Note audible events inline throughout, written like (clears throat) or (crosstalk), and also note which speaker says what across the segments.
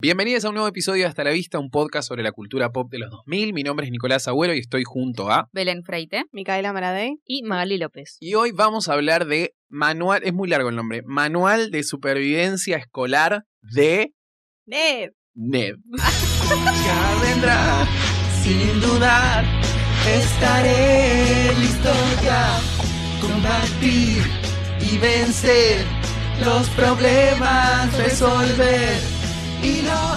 Speaker 1: Bienvenidos a un nuevo episodio de Hasta la Vista, un podcast sobre la cultura pop de los 2000. Mi nombre es Nicolás Abuelo y estoy junto a...
Speaker 2: Belén Freite.
Speaker 3: Micaela Maradei.
Speaker 4: y Magali López.
Speaker 1: Y hoy vamos a hablar de manual, es muy largo el nombre, Manual de Supervivencia Escolar de
Speaker 3: ¡Ned!
Speaker 1: Ned. ya vendrá, sin dudar, estaré listo ya, combatir y vencer los problemas, resolver y lo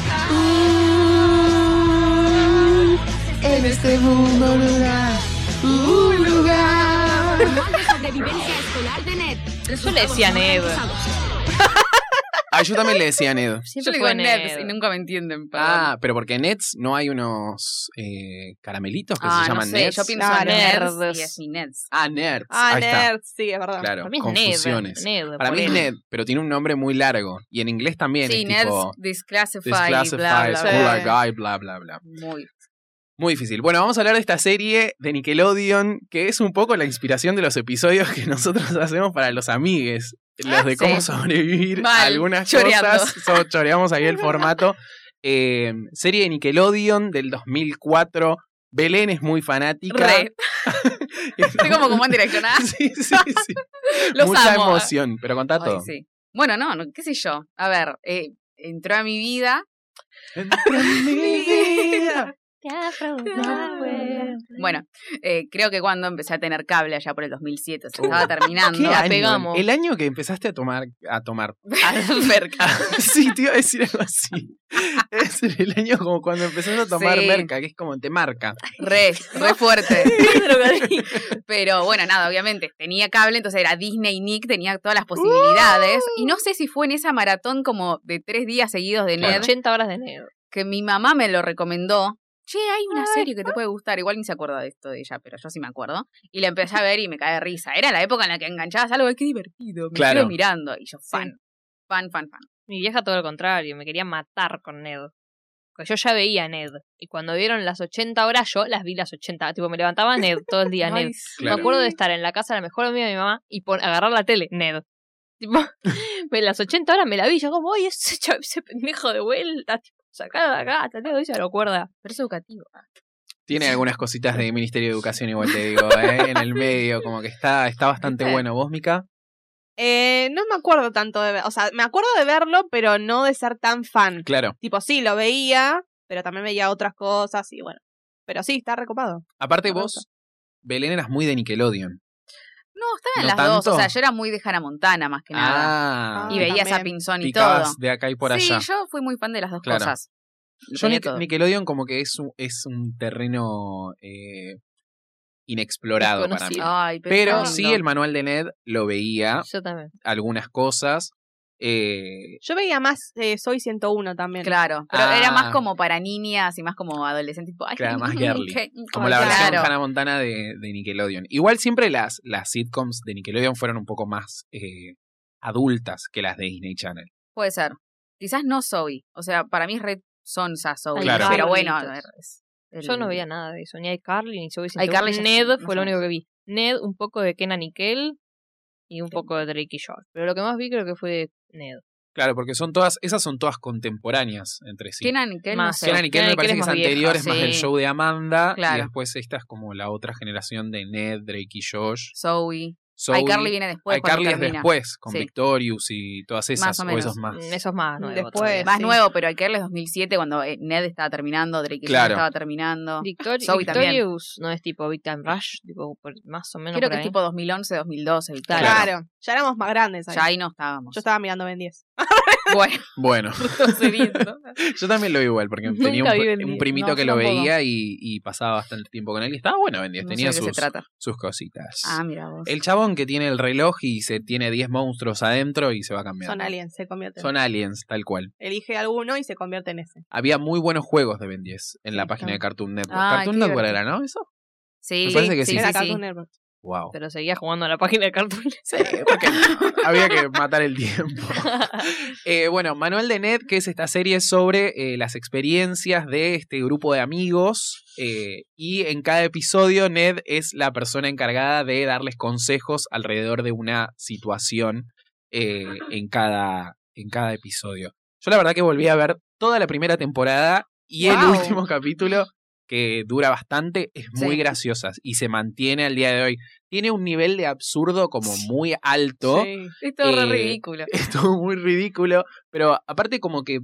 Speaker 1: en este mundo lugar, un lugar.
Speaker 4: Yo le decía Ned.
Speaker 1: Ah, yo también le decía Ned.
Speaker 2: (laughs)
Speaker 4: Siempre
Speaker 2: Yo le
Speaker 4: fue
Speaker 2: digo
Speaker 4: Ned.
Speaker 2: Neds y nunca me entienden. perdón.
Speaker 1: Ah, pero porque en Nets no hay unos eh, caramelitos que
Speaker 2: Ah,
Speaker 1: se
Speaker 2: no
Speaker 1: llaman
Speaker 2: sé,
Speaker 1: Nets.
Speaker 2: Yo pienso
Speaker 3: Claro.
Speaker 2: en nerds
Speaker 4: Nerds.
Speaker 2: y es mi nerds.
Speaker 1: Ah, Nerds.
Speaker 3: Ah,
Speaker 1: Ahí está.
Speaker 3: Nerd, sí, es verdad.
Speaker 1: Claro,
Speaker 4: Para mí es Ned,
Speaker 1: confusiones.
Speaker 4: Ned.
Speaker 1: Para
Speaker 4: por
Speaker 1: mí es
Speaker 4: él.
Speaker 1: Ned, pero tiene un nombre muy largo. Y en inglés también
Speaker 2: Sí,
Speaker 1: es
Speaker 2: nerds,
Speaker 1: tipo
Speaker 2: disclassified,
Speaker 1: Disclassified,
Speaker 2: bla, bla,
Speaker 3: Sí.
Speaker 2: bla.
Speaker 1: School Guy, bla, bla, bla.
Speaker 2: Muy.
Speaker 1: Muy difícil. Bueno, vamos a hablar de esta serie de Nickelodeon, que es un poco la inspiración de los episodios que (laughs) nosotros hacemos para los amigues. Los de
Speaker 2: Ah, sí.
Speaker 1: cómo sobrevivir a
Speaker 2: Mal,
Speaker 1: algunas
Speaker 2: choreando.
Speaker 1: cosas.
Speaker 2: (laughs)
Speaker 1: So- choreamos ahí el formato. Eh, serie de Nickelodeon del 2004. Belén es muy fanática. (laughs)
Speaker 2: Re. (laughs) Estoy como como en dirección. ah,
Speaker 1: Sí, sí, sí.
Speaker 2: (laughs) Los
Speaker 1: Mucha
Speaker 2: amo.
Speaker 1: emoción, pero contá
Speaker 2: Ay,
Speaker 1: todo. (laughs)
Speaker 2: sí. Bueno, no, no, qué sé yo. A ver, eh, entró a mi vida.
Speaker 1: Entra en mi
Speaker 2: (laughs)
Speaker 1: vida.
Speaker 2: Bueno, eh, creo que cuando empecé a tener cable allá por el 2007, se estaba terminando. (laughs)
Speaker 1: ¿Qué
Speaker 4: la
Speaker 1: año?
Speaker 4: pegamos.
Speaker 1: El año que empezaste a tomar, a tomar
Speaker 2: Merca.
Speaker 1: (laughs) sí, te iba a decir algo así. (laughs) Es el año como cuando empezás a tomar
Speaker 2: Sí.
Speaker 1: merca, que es como te marca.
Speaker 2: Re, re
Speaker 1: (laughs)
Speaker 2: fuerte. Pero bueno, nada, obviamente tenía cable, entonces era Disney Nick, tenía todas
Speaker 1: ¡Uh!
Speaker 2: las posibilidades. Y no sé si fue en esa maratón como de tres días seguidos de
Speaker 1: Claro.
Speaker 2: Ned
Speaker 4: 80 horas de Ned.
Speaker 2: que mi mamá me lo recomendó. Che, hay una serie que te puede gustar. Igual ni se acuerda de esto de ella, pero yo sí me acuerdo. Y la empecé a ver y me cae de risa. Era la época en la que enganchabas algo, qué divertido, me
Speaker 1: Claro.
Speaker 2: quedo mirando. Y yo, fan, fan, fan, fan.
Speaker 4: Mi vieja todo lo contrario, me quería matar con Ned. Porque yo ya veía a Ned. Y cuando vieron las 80 horas, yo las vi las 80. Tipo, me levantaba Ned todo el
Speaker 2: (laughs)
Speaker 4: día, Ned.
Speaker 2: Ay,
Speaker 1: Claro.
Speaker 4: Me acuerdo de estar en la casa de la mejor amiga de mi mamá y por agarrar la tele, Ned.
Speaker 1: (laughs)
Speaker 4: Tipo, me- las 80 horas me la vi, yo como, oye, ese, cha- ese pendejo de vuelta, tipo, sacalo de acá, te digo, se lo cuerda. Pero es educativo.
Speaker 1: Tiene algunas cositas de Ministerio de Educación, igual te
Speaker 2: (laughs)
Speaker 1: digo, ¿eh? en el medio, como que está, está bastante
Speaker 4: ¿Viste?
Speaker 1: bueno. ¿Vos, Mica?
Speaker 3: Eh, no me acuerdo tanto de ver- O sea, me acuerdo de verlo, pero no de ser tan fan.
Speaker 1: Claro.
Speaker 3: Tipo, sí, lo veía, pero también veía otras cosas y bueno. Pero sí, está recopado.
Speaker 1: Aparte,
Speaker 3: Me
Speaker 1: vos, Belén, eras muy de Nickelodeon.
Speaker 2: No, estaban
Speaker 1: ¿No
Speaker 2: las dos.
Speaker 1: tanto?
Speaker 2: O sea, yo era muy de Hannah Montana más que nada.
Speaker 1: Ah,
Speaker 2: y veías a
Speaker 3: también.
Speaker 2: Pinzón y todo.
Speaker 1: picabas de acá y por
Speaker 2: sí,
Speaker 1: allá.
Speaker 2: yo fui muy fan de las dos
Speaker 1: Claro.
Speaker 2: cosas. Lo
Speaker 1: Yo
Speaker 2: tenía
Speaker 1: Nic-
Speaker 2: todo.
Speaker 1: Nickelodeon como que es un, es un terreno eh, inexplorado para mí.
Speaker 4: Desconocido.
Speaker 2: Ay,
Speaker 1: Pero
Speaker 2: qué
Speaker 1: sí,
Speaker 2: lindo.
Speaker 1: el manual de Ned lo veía,
Speaker 4: Yo también.
Speaker 1: algunas cosas. Eh,
Speaker 3: Yo veía más eh, Soy 101 también.
Speaker 2: Claro, pero era
Speaker 1: Ah.
Speaker 2: más como para niñas y más como adolescentes. Tipo, ay, (laughs)
Speaker 1: Claro, más girly.
Speaker 2: qué-
Speaker 1: como la versión
Speaker 2: claro.
Speaker 1: Hannah Montana de, de Nickelodeon. Igual siempre las, las sitcoms de Nickelodeon fueron un poco más eh, adultas que las de Disney Channel.
Speaker 2: Puede ser. Quizás no Zoe. O sea, para mí es red sonsa Zoe.
Speaker 4: Ay,
Speaker 1: Claro.
Speaker 2: Pero bueno,
Speaker 4: Carlitos.
Speaker 2: a ver, es el-
Speaker 4: Yo no veía nada de eso, ni iCarly, ni Soy
Speaker 2: iCarly ya
Speaker 4: Ned
Speaker 2: sí, más
Speaker 4: fue lo
Speaker 2: o
Speaker 4: único que vi. Ned, un poco de Kenan y Kel y un poco de Drake y George. Pero lo que más vi creo que fue Ned.
Speaker 1: Claro, porque son todas, esas son todas contemporáneas entre sí.
Speaker 2: Kenan y Kel,
Speaker 4: Más
Speaker 2: no sé.
Speaker 1: Kenan y Kel
Speaker 4: Kenan
Speaker 1: me
Speaker 4: y
Speaker 1: parece
Speaker 4: Kel
Speaker 1: que
Speaker 4: es
Speaker 1: es
Speaker 4: más vieja,
Speaker 1: anterior, es más
Speaker 2: sí.
Speaker 1: del show de Amanda. Y
Speaker 2: Claro.
Speaker 1: después esta es como la otra generación de Ned, Drake y Josh.
Speaker 2: Zoe.
Speaker 1: Zoe.
Speaker 2: iCarly viene después. cuando
Speaker 1: iCarly es
Speaker 2: termina.
Speaker 1: después, con
Speaker 2: Sí.
Speaker 1: Victorious y todas esas,
Speaker 2: Más o
Speaker 1: o
Speaker 2: menos.
Speaker 1: esos más.
Speaker 4: Mm, Eso es más nuevo.
Speaker 3: Después,
Speaker 4: todavía.
Speaker 2: Más
Speaker 3: Sí.
Speaker 2: nuevo, pero iCarly es 2007 cuando eh, Ned estaba terminando, Drake y Josh
Speaker 1: Claro.
Speaker 2: estaba terminando.
Speaker 4: Victor-
Speaker 2: Zoe también.
Speaker 4: Victorious no es tipo Big Time Rush, tipo por- más o menos
Speaker 2: Creo
Speaker 4: por
Speaker 2: que es
Speaker 4: ahí.
Speaker 2: tipo 2011, 2012. el
Speaker 4: Claro.
Speaker 2: Kel.
Speaker 3: Claro. Ya éramos más grandes ahí.
Speaker 2: Ya ahí no estábamos.
Speaker 3: Yo estaba mirando Ben 10.
Speaker 2: (laughs) Bueno,
Speaker 1: Bueno,
Speaker 2: sucediendo.
Speaker 1: (laughs) yo también lo vi igual, porque tenía un,
Speaker 4: Nunca vi
Speaker 1: pr-
Speaker 4: Ben
Speaker 1: un
Speaker 4: 10,
Speaker 1: primero
Speaker 2: no,
Speaker 1: que
Speaker 2: yo
Speaker 1: lo
Speaker 2: tampoco.
Speaker 1: veía y, y pasaba bastante tiempo con él. Y estaba bueno, Ben 10,
Speaker 2: No sé
Speaker 1: tenía
Speaker 2: de qué se
Speaker 1: sus,
Speaker 2: trata.
Speaker 1: sus cositas.
Speaker 2: Ah, mira vos.
Speaker 1: El chabón dragón que tiene el reloj y se tiene 10 monstruos adentro y se va cambiando.
Speaker 3: Son aliens, se convierten.
Speaker 1: Son aliens, tal cual.
Speaker 3: Elige alguno y se convierte en ese.
Speaker 1: Había muy buenos juegos de Ben 10 en la
Speaker 4: Sí,
Speaker 1: página
Speaker 4: está.
Speaker 1: de Cartoon Network.
Speaker 2: Ah,
Speaker 1: Cartoon
Speaker 2: qué
Speaker 1: Network
Speaker 2: divertido.
Speaker 1: era, ¿no? Eso.
Speaker 2: Sí,
Speaker 1: Me parece que
Speaker 2: sí,
Speaker 1: sí.
Speaker 2: sí,
Speaker 3: Era
Speaker 2: sí.
Speaker 3: Cartoon Network.
Speaker 1: Wow.
Speaker 4: Pero seguía jugando a la página de Cartoon Network. (laughs)
Speaker 1: Sí, porque había que matar el tiempo. Eh, bueno, Manual de Ned, que es esta serie sobre eh, las experiencias de este grupo de amigos. eh, y en cada episodio, Ned es la persona encargada de darles consejos alrededor de una situación eh, en, cada, en cada episodio. Yo la verdad que volví a ver toda la primera temporada y el
Speaker 3: Wow.
Speaker 1: último capítulo, que dura bastante, es muy
Speaker 2: Sí.
Speaker 1: graciosa y se mantiene al día de hoy. Tiene un nivel de absurdo como muy alto (laughs)
Speaker 3: Sí.
Speaker 4: Es todo re
Speaker 1: Eh,
Speaker 4: ridículo.
Speaker 1: es todo muy ridículo, pero aparte como que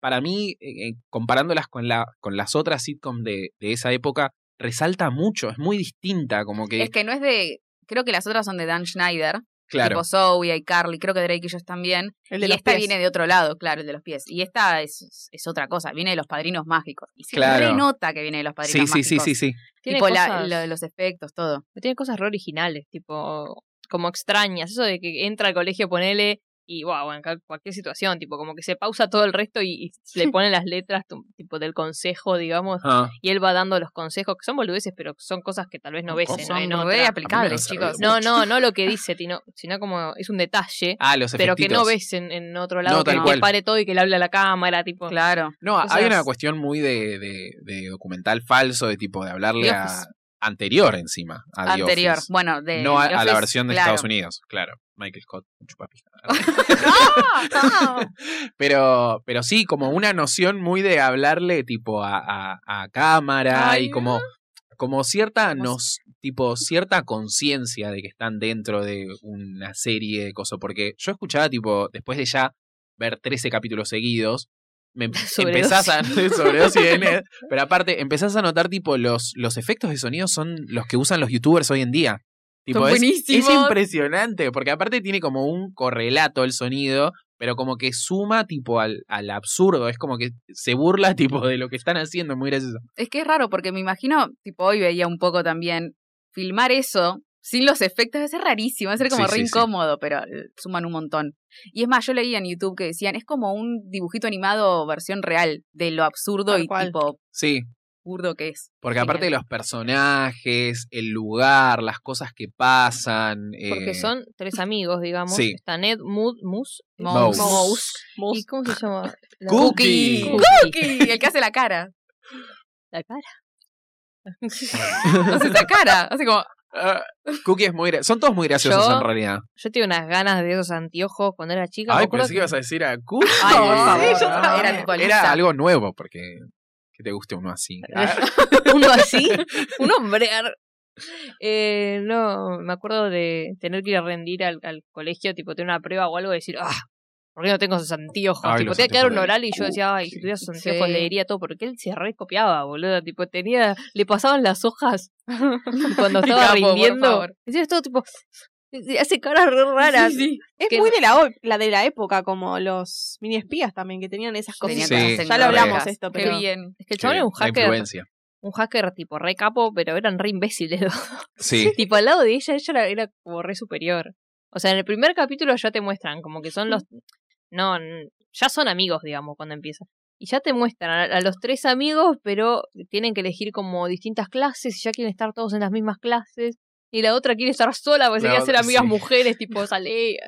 Speaker 1: para mí, eh, eh, comparándolas con, la, con las otras sitcom de, de esa época, resalta mucho, es muy distinta, como que...
Speaker 2: Es que no es de. Creo que las otras son de Dan Schneider,
Speaker 1: claro,
Speaker 2: tipo Zoe y Carly, creo que Drake y ellos también.
Speaker 3: El de
Speaker 2: Y
Speaker 3: los
Speaker 2: esta
Speaker 3: pies.
Speaker 2: viene de otro lado, claro, el de los pies. Y esta es, es otra cosa, viene de los padrinos mágicos. Y se
Speaker 1: Claro.
Speaker 2: re nota que viene de los padrinos
Speaker 1: sí, sí,
Speaker 2: mágicos.
Speaker 1: sí, sí, sí.
Speaker 4: Tiene
Speaker 2: Tipo la-
Speaker 4: cosas-
Speaker 2: lo- los efectos, todo.
Speaker 4: tiene cosas re originales, tipo, como extrañas, eso de que entra al colegio, ponele, y wow, en ca- cualquier situación, tipo, como que se pausa todo el resto y, y le ponen las letras, tu- tipo, del consejo, digamos,
Speaker 1: Ah,
Speaker 4: y él va dando los consejos, que son boludeces, pero son cosas que tal vez no ves en,
Speaker 1: Son
Speaker 4: en
Speaker 2: re
Speaker 4: otra.
Speaker 2: aplicables,
Speaker 1: A mí me
Speaker 2: chicos.
Speaker 1: sirve.
Speaker 4: No, no, no lo que dice, sino, sino como es un detalle,
Speaker 1: Ah, los
Speaker 4: pero que no
Speaker 1: efectitos.
Speaker 4: ves en, en otro lado,
Speaker 1: No,
Speaker 4: que,
Speaker 1: tal
Speaker 4: que
Speaker 1: cual.
Speaker 4: pare todo y que le hable a la cámara, tipo,
Speaker 2: Claro.
Speaker 1: No,
Speaker 4: cosas-
Speaker 1: hay una cuestión muy de, de, de documental falso, de tipo de hablarle
Speaker 4: The
Speaker 1: a-
Speaker 4: Office.
Speaker 1: anterior encima. a The
Speaker 2: Anterior.
Speaker 1: Office.
Speaker 2: Bueno, de.
Speaker 1: no a,
Speaker 2: The
Speaker 1: a la
Speaker 2: Office,
Speaker 1: versión de
Speaker 2: claro.
Speaker 1: Estados Unidos, claro. Michael Scott,
Speaker 2: (laughs)
Speaker 1: chupapija.
Speaker 2: Ah,
Speaker 1: (laughs) Pero, pero sí, como una noción muy de hablarle tipo a, a- a cámara
Speaker 4: Ay,
Speaker 1: y como, como cierta
Speaker 4: Como
Speaker 1: nos, tipo cierta conciencia de que están dentro de una serie de cosas. Porque yo escuchaba, tipo, después de ya ver 13 capítulos seguidos, me
Speaker 4: (laughs)
Speaker 1: em-
Speaker 4: Sobredosis.
Speaker 1: empezás a (laughs) sobredosis de
Speaker 4: (laughs)
Speaker 1: Ned, pero aparte, empezás a notar tipo los, los efectos de sonido son los que usan los youtubers hoy en día. Tipo,
Speaker 2: Son
Speaker 1: es-
Speaker 2: buenísimos.
Speaker 1: es impresionante, porque aparte tiene como un correlato el sonido, pero como que suma tipo al, al absurdo, es como que se burla (laughs) tipo de lo que están haciendo, es muy gracioso.
Speaker 2: Es que es raro porque me imagino, tipo, hoy veía un poco también filmar eso sin los efectos, debe ser rarísimo, debe ser como
Speaker 1: Sí,
Speaker 2: re
Speaker 1: sí, sí.
Speaker 2: incómodo, pero eh, suman un montón. Y es más, yo leía en YouTube que decían, es como un dibujito animado versión real de lo absurdo
Speaker 3: Tal
Speaker 2: y
Speaker 3: cual.
Speaker 2: tipo
Speaker 1: Sí,
Speaker 2: burdo que es.
Speaker 1: porque
Speaker 2: Genial.
Speaker 1: aparte de los personajes, el lugar, las cosas que pasan. eh,
Speaker 4: porque son tres amigos, digamos,
Speaker 1: sí.
Speaker 4: está Ned, Mood, Moose,
Speaker 2: Mouse.
Speaker 4: Mouse.
Speaker 3: Mouse.
Speaker 4: ¿Y cómo se llama? La-
Speaker 1: Cookie.
Speaker 4: Cookie.
Speaker 2: Cookie, (laughs) el que hace la cara.
Speaker 4: La cara. (laughs)
Speaker 2: Hace esa cara. Hace como.
Speaker 1: Ah, Cookie es muy gra- Son todos muy graciosos
Speaker 4: Yo-
Speaker 1: en realidad.
Speaker 4: Yo tenía unas ganas de esos anteojos cuando era chica. me
Speaker 1: Ay,
Speaker 4: acuerdo
Speaker 1: pensé que ibas a decir a Cookie.
Speaker 4: (laughs) Ay,
Speaker 1: (laughs)
Speaker 4: por favor,
Speaker 2: Sí, yo
Speaker 1: Ah,
Speaker 2: también. Era
Speaker 1: era,
Speaker 2: tipo lisa.
Speaker 1: algo nuevo, porque que te guste uno así. Ah,
Speaker 4: (laughs) uno así, un hombre. ar- Eh, no, me acuerdo de tener que ir a rendir al, al colegio, tipo, tener una prueba o algo y decir, ah, ¿por qué no tengo esos anteojos?
Speaker 1: Ay,
Speaker 4: tipo,
Speaker 1: los
Speaker 4: tenía que dar un
Speaker 1: anteojos de
Speaker 4: oral y yo decía, ay, si
Speaker 1: Cookie.
Speaker 4: tuviera esos anteojos
Speaker 2: Sí.
Speaker 4: leería todo, porque él se recopiaba, boludo. Tipo, tenía, le pasaban las hojas (laughs)
Speaker 1: (laughs)
Speaker 4: y cuando
Speaker 2: Qué
Speaker 4: estaba
Speaker 2: capo, por
Speaker 4: rindiendo.
Speaker 2: favor.
Speaker 4: Decía, todo tipo, hace caras re raras.
Speaker 3: Es
Speaker 4: que
Speaker 3: muy
Speaker 4: no-
Speaker 3: de la, o- la de la época, como los mini espías también, que tenían esas
Speaker 2: Tenía
Speaker 3: cositas.
Speaker 1: Sí,
Speaker 2: todas
Speaker 3: ya lo
Speaker 2: engordas.
Speaker 3: hablamos esto,
Speaker 2: Qué
Speaker 3: (laughs) pero
Speaker 2: bien.
Speaker 4: Es que el chabón era un
Speaker 1: Ah, la
Speaker 4: hacker,
Speaker 1: influencia.
Speaker 4: un hacker tipo re capo, pero eran re imbéciles los
Speaker 1: Sí.
Speaker 4: tipo al lado de ella, ella era, era como re superior. O sea, en el primer capítulo ya te muestran como que son los. No, n- ya son amigos, digamos, cuando empieza. Y ya te muestran a, a los tres amigos, pero tienen que elegir como distintas clases y ya quieren estar todos en las mismas clases. Y la otra quiere estar sola porque se
Speaker 1: La
Speaker 4: quiere hacer
Speaker 1: otra-
Speaker 4: amigas
Speaker 1: sí. (laughs)
Speaker 4: mujeres, tipo, sale.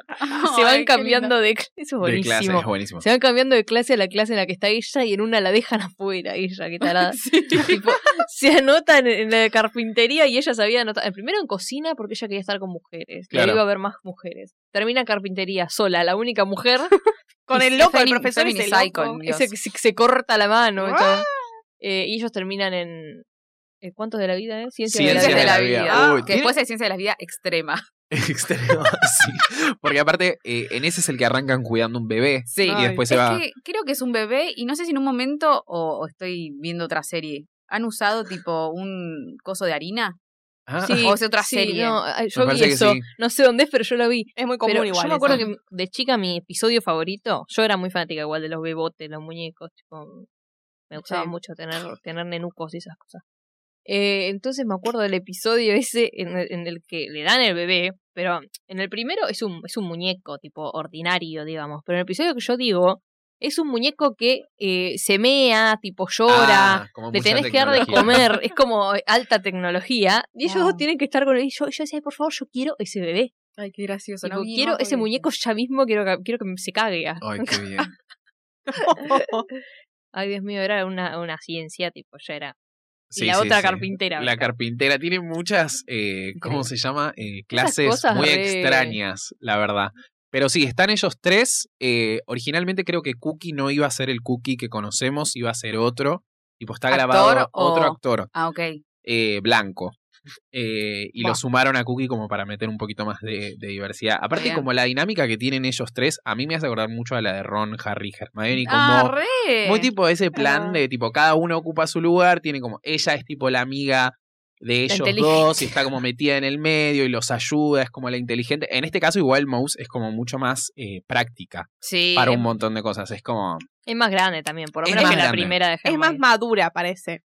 Speaker 4: se van cambiando de clase. Eso es
Speaker 1: De
Speaker 4: buenísimo.
Speaker 1: clase, es buenísimo.
Speaker 4: Se van cambiando de clase a la clase en la que está ella y en una la dejan (laughs) afuera ella, que tarada. Tipo, se anotan en la de carpintería y ella se había anotado. Eh, Primero en cocina porque ella quería estar con mujeres. Le
Speaker 1: Claro.
Speaker 4: iba a ver más mujeres. Termina en carpintería sola, la única mujer.
Speaker 3: con el
Speaker 2: Es
Speaker 3: loco, el
Speaker 2: femi-
Speaker 3: profesor
Speaker 2: feminist
Speaker 3: ese loco.
Speaker 2: icon. Dios.
Speaker 4: ese que se, se corta la mano. y
Speaker 3: Ah.
Speaker 4: todo. Eh, y ellos terminan en. eh, ¿Cuántos de la vida? Eh? Ciencia,
Speaker 2: Ciencias de la vida.
Speaker 1: Uy,
Speaker 2: que
Speaker 1: tiene-
Speaker 2: después es ciencia de la vida extrema.
Speaker 1: (laughs) Extremo, sí. Porque aparte, eh, en ese es el que arrancan cuidando un bebé.
Speaker 2: Sí.
Speaker 1: Y después se
Speaker 2: es
Speaker 1: va.
Speaker 2: que creo que es un bebé y no sé si en un momento o, o estoy viendo otra serie. ¿Han usado tipo un coso de harina?
Speaker 1: Ah,
Speaker 4: Sí,
Speaker 2: (laughs) O es otra
Speaker 4: sí,
Speaker 2: serie.
Speaker 4: no, ay, yo vi
Speaker 1: parece que
Speaker 4: eso.
Speaker 1: sí.
Speaker 4: No sé dónde es, pero yo lo vi.
Speaker 3: Es muy común
Speaker 4: Pero
Speaker 3: igual.
Speaker 4: Yo me acuerdo
Speaker 3: eso.
Speaker 4: que de chica mi episodio favorito, yo era muy fanática igual de los bebotes, los muñecos, tipo, me gustaba
Speaker 2: Sí.
Speaker 4: mucho tener, tener nenucos y esas cosas. Eh, entonces me acuerdo del episodio ese en el, en el que le dan el bebé, pero en el primero es un, es un muñeco tipo ordinario, digamos, pero en el episodio que yo digo es un muñeco que eh, se mea, tipo llora,
Speaker 1: Ah, como
Speaker 4: le
Speaker 1: mucha
Speaker 4: tenés que dar de
Speaker 1: tecnología.
Speaker 4: comer, es como eh, alta tecnología, y ellos
Speaker 3: Wow.
Speaker 4: dos tienen que estar con él. Y yo, yo decía, "Ay, por favor, yo quiero ese bebé.
Speaker 2: Ay, qué gracioso.
Speaker 4: Tipo, quiero
Speaker 2: (laughs)
Speaker 4: ese muñeco ya mismo, quiero que, quiero que se cague. ah.
Speaker 1: Ay, qué bien.
Speaker 4: Ay, Dios mío, era una, una ciencia, tipo, ya era.
Speaker 1: Sí,
Speaker 4: (laughs) y la
Speaker 1: sí,
Speaker 4: otra
Speaker 1: sí.
Speaker 4: carpintera.
Speaker 1: La
Speaker 4: ¿verdad?
Speaker 1: carpintera tiene muchas, eh, ¿cómo se llama? Eh, clases
Speaker 4: cosas
Speaker 1: muy
Speaker 4: re-
Speaker 1: extrañas, la verdad. Pero sí, están ellos tres. eh, originalmente creo que Cookie no iba a ser el Cookie que conocemos, iba a ser otro. Tipo, está
Speaker 2: ¿Actor
Speaker 1: grabado otro
Speaker 2: o-
Speaker 1: actor,
Speaker 2: Ah, ok.
Speaker 1: eh, blanco. Eh, y lo sumaron a Cookie como para meter un poquito más de, de diversidad. Aparte,
Speaker 2: Bien.
Speaker 1: como la dinámica que tienen ellos tres, a mí me hace acordar mucho a la de Ron, Harry, Hermione. y Como,
Speaker 2: Ah, re.
Speaker 1: muy tipo ese plan
Speaker 3: Ah.
Speaker 1: de tipo, cada uno ocupa su lugar, tiene como, ella es tipo la amiga de ellos
Speaker 4: inteligente.
Speaker 1: dos y está como metida en el medio y los ayuda, es como la inteligente. En este caso igual Mouse es como mucho más eh, práctica
Speaker 4: Sí, em,
Speaker 1: para
Speaker 4: es,
Speaker 1: un montón de cosas, es como...
Speaker 4: es más grande también, por lo
Speaker 1: Es
Speaker 4: menos
Speaker 1: más
Speaker 4: que la
Speaker 1: grande.
Speaker 4: primera de
Speaker 3: (laughs) Es más
Speaker 4: Hermione.
Speaker 3: madura, parece.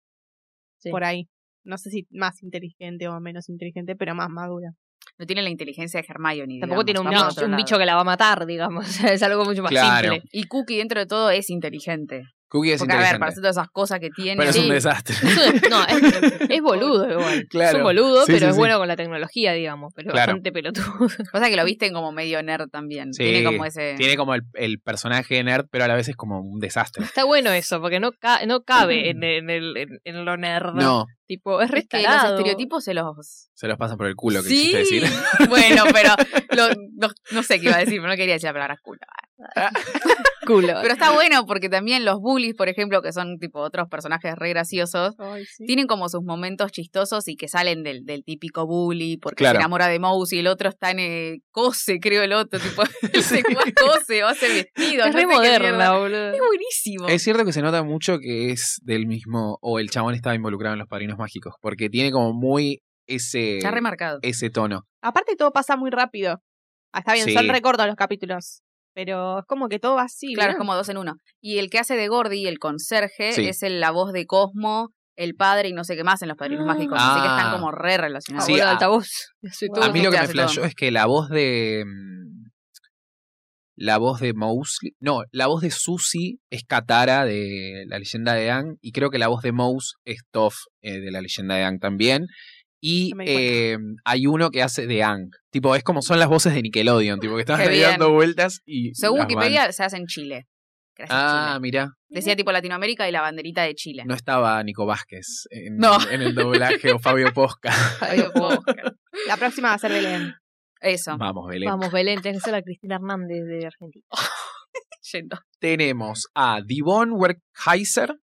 Speaker 4: Sí.
Speaker 3: Por ahí. No sé si más inteligente o menos inteligente, pero más madura.
Speaker 2: No tiene la inteligencia de Hermione. digamos,
Speaker 4: Tampoco tiene un,
Speaker 2: vamos a
Speaker 4: no,
Speaker 2: otro
Speaker 4: un
Speaker 2: lado.
Speaker 4: bicho que la va a matar, digamos. (laughs) es algo mucho más
Speaker 1: Claro. (laughs)
Speaker 4: simple. (laughs)
Speaker 2: Y Cookie, dentro de todo, es inteligente.
Speaker 1: Cookie es
Speaker 2: Porque, a ver,
Speaker 1: inteligente,
Speaker 2: para hacer todas esas cosas que tiene.
Speaker 1: pero es un
Speaker 4: sí.
Speaker 1: desastre.
Speaker 4: Es un- no, es, es boludo igual. Es
Speaker 1: Claro.
Speaker 4: un boludo,
Speaker 1: Sí,
Speaker 4: pero
Speaker 1: sí,
Speaker 4: es
Speaker 1: sí.
Speaker 4: bueno con la tecnología, digamos. Pero
Speaker 1: Claro.
Speaker 4: bastante pelotudo. (laughs)
Speaker 2: Pasa que lo visten como medio nerd también.
Speaker 1: Sí,
Speaker 2: tiene como ese.
Speaker 1: (laughs) Tiene como el, el personaje de nerd, pero a la vez es como un desastre.
Speaker 4: Está bueno eso, porque no, ca- no cabe en, en el, en, en lo nerd.
Speaker 1: No,
Speaker 4: Tipo, es
Speaker 2: Es que los
Speaker 4: restarado.
Speaker 2: estereotipos se los. (laughs)
Speaker 1: se los pasan por el culo, que
Speaker 2: sí.
Speaker 1: quisiste decir. (laughs)
Speaker 2: bueno, pero lo- no, no sé qué iba a decir, pero no quería decir la palabra culo.
Speaker 4: culo.
Speaker 2: Pero
Speaker 4: (laughs)
Speaker 2: está bueno porque también los bullies, por ejemplo, que son tipo otros personajes re graciosos, tienen como sus momentos chistosos y que salen del, del típico bully porque
Speaker 1: Claro.
Speaker 2: se enamora de Mouse y el otro está en eh, cose, creo el otro, tipo, (laughs) él se cua- cose o hace vestidos.
Speaker 4: es re
Speaker 2: no sé qué mierda.
Speaker 4: moderna, boludo.
Speaker 2: Es buenísimo.
Speaker 1: Es cierto que se nota mucho que es del mismo, o el chabón estaba involucrado en los padrinos mágicos, porque tiene como muy ese,
Speaker 2: Está remarcado.
Speaker 1: ese tono.
Speaker 3: Aparte, todo pasa muy rápido. Ah, está bien,
Speaker 1: Sí.
Speaker 3: son recortos los capítulos. Pero es como que todo va así.
Speaker 2: Claro, es
Speaker 3: ¿no?
Speaker 2: como dos en uno. Y el que hace de Gordy, el conserje,
Speaker 1: Sí.
Speaker 2: es el, la voz de Cosmo, el padre y no sé qué más en los Padrinos
Speaker 4: Ah.
Speaker 2: Mágicos. Así que están
Speaker 1: Ah.
Speaker 2: como re relacionados.
Speaker 1: Sí, ah,
Speaker 4: Abuelo de
Speaker 1: a-
Speaker 4: altavoz. Soy
Speaker 3: a
Speaker 4: todo
Speaker 1: A mí lo que me
Speaker 2: hace todo.
Speaker 1: flashó es que la voz de. mm, La voz de Mouse. No, la voz de Susie es Katara de la leyenda de Ang. Y creo que la voz de Mouse es Toph eh, de la leyenda de Ang también. Y
Speaker 3: No me di cuenta.
Speaker 1: eh, hay uno que hace de Ang. Tipo, es como son las voces de Nickelodeon. Tipo, que están
Speaker 2: Qué
Speaker 1: ahí
Speaker 2: bien.
Speaker 1: dando vueltas y.
Speaker 2: Según
Speaker 1: las van.
Speaker 2: Wikipedia, se hace en Chile. Gracias,
Speaker 1: Ah,
Speaker 2: Chile.
Speaker 1: mira,
Speaker 2: Decía tipo Latinoamérica y la banderita de Chile.
Speaker 1: no estaba Nico Vázquez en,
Speaker 2: No.
Speaker 1: en el doblaje o
Speaker 4: (laughs)
Speaker 1: Fabio Posca.
Speaker 3: (laughs)
Speaker 2: Ay, Dios, puedo
Speaker 1: (laughs)
Speaker 2: buscar.
Speaker 3: La próxima va a ser
Speaker 2: (laughs)
Speaker 3: Belén.
Speaker 2: Eso.
Speaker 1: Vamos, Belén.
Speaker 4: Vamos, Belén, tenés que ser la Cristina Hernández de Argentina.
Speaker 2: Yendo.
Speaker 1: Tenemos a Divon Werkheiser,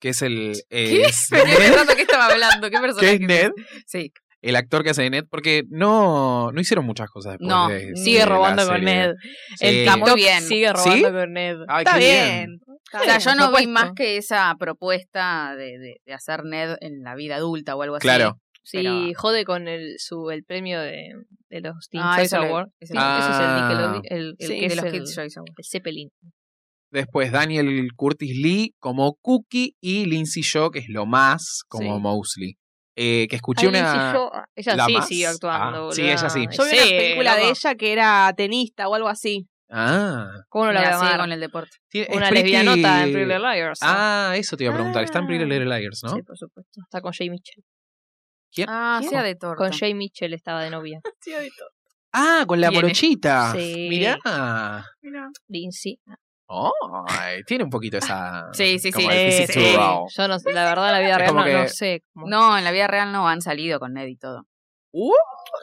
Speaker 1: que es el. eh,
Speaker 2: ¿Qué?
Speaker 1: es
Speaker 2: Pero
Speaker 1: Ned,
Speaker 2: qué rato que estaba hablando, qué
Speaker 1: que
Speaker 2: personaje.
Speaker 1: es Ned,
Speaker 2: Sí.
Speaker 1: el actor que hace de Ned, porque no, no hicieron muchas cosas después
Speaker 2: No,
Speaker 1: de-
Speaker 4: Sigue
Speaker 1: de
Speaker 4: robando
Speaker 1: la
Speaker 4: con
Speaker 1: serie.
Speaker 4: Ned.
Speaker 1: Sí.
Speaker 4: El
Speaker 2: Está muy
Speaker 4: TikTok
Speaker 2: bien.
Speaker 4: sigue robando
Speaker 1: ¿Sí?
Speaker 4: con Ned.
Speaker 1: Ay, qué
Speaker 3: Está bien.
Speaker 2: O sea,
Speaker 4: Sí,
Speaker 2: yo
Speaker 4: por
Speaker 2: no vi
Speaker 4: Ah, supuesto.
Speaker 2: más que esa propuesta de, de- de hacer Ned en la vida adulta o algo así.
Speaker 1: Claro.
Speaker 4: Sí,
Speaker 2: Pero-
Speaker 4: jode con el, su, el premio de, de los Teen
Speaker 2: Ah,
Speaker 4: Choice
Speaker 2: eso le-
Speaker 4: Awards.
Speaker 2: eso
Speaker 4: Sí,
Speaker 2: le-
Speaker 4: Eso es el
Speaker 1: Ah.
Speaker 4: Nickelodeon, el, el
Speaker 2: Sí,
Speaker 4: que
Speaker 2: de
Speaker 4: es
Speaker 2: los
Speaker 4: el-
Speaker 2: Kids Choice Awards.
Speaker 4: el Zeppelin.
Speaker 1: Después Daniel Curtis Lee como Cookie y Lindsay Shaw, que es lo más, como
Speaker 4: Sí.
Speaker 1: Mosley. Eh, que escuché
Speaker 4: Ay,
Speaker 1: una.
Speaker 4: Lindsay Shaw, ella
Speaker 1: la
Speaker 4: sí
Speaker 1: más.
Speaker 4: sigue actuando.
Speaker 1: Ah, sí, ella
Speaker 4: boluda.
Speaker 1: sí.
Speaker 3: Yo vi una
Speaker 4: Sí,
Speaker 3: película de
Speaker 4: loco.
Speaker 3: ella que era tenista o algo así.
Speaker 1: Ah.
Speaker 4: ¿Cómo no la voy a
Speaker 2: Mira, sigue
Speaker 4: amar?
Speaker 2: con el deporte.
Speaker 1: Sí, es
Speaker 4: Una
Speaker 1: Pretty-
Speaker 4: lesbianota en Pretty Little Liars.
Speaker 1: Ah, eso te iba a preguntar. Está en Pretty
Speaker 4: Ah.
Speaker 1: Little Liars, ¿no?
Speaker 4: Sí, por supuesto. Está con Jay Mitchell.
Speaker 2: Ah,
Speaker 1: ¿Quién?
Speaker 2: sea de torta.
Speaker 4: Con Jay Mitchell estaba de novia.
Speaker 1: Ah, con la
Speaker 2: Viene.
Speaker 1: morochita.
Speaker 4: Sí.
Speaker 1: Mirá.
Speaker 4: Lindsay.
Speaker 1: Ay, tiene un poquito esa.
Speaker 2: Sí, sí, sí.
Speaker 1: como
Speaker 2: Sí,
Speaker 1: el
Speaker 2: sí,
Speaker 1: physique
Speaker 2: sí.
Speaker 1: to raw.
Speaker 4: Yo no sé, la verdad, la vida
Speaker 1: Es
Speaker 4: real
Speaker 1: como
Speaker 4: no, no
Speaker 1: que-
Speaker 4: sé. cómo-
Speaker 2: No, en la vida real no han salido con Ned y
Speaker 4: (laughs)
Speaker 2: todo.
Speaker 1: Uh,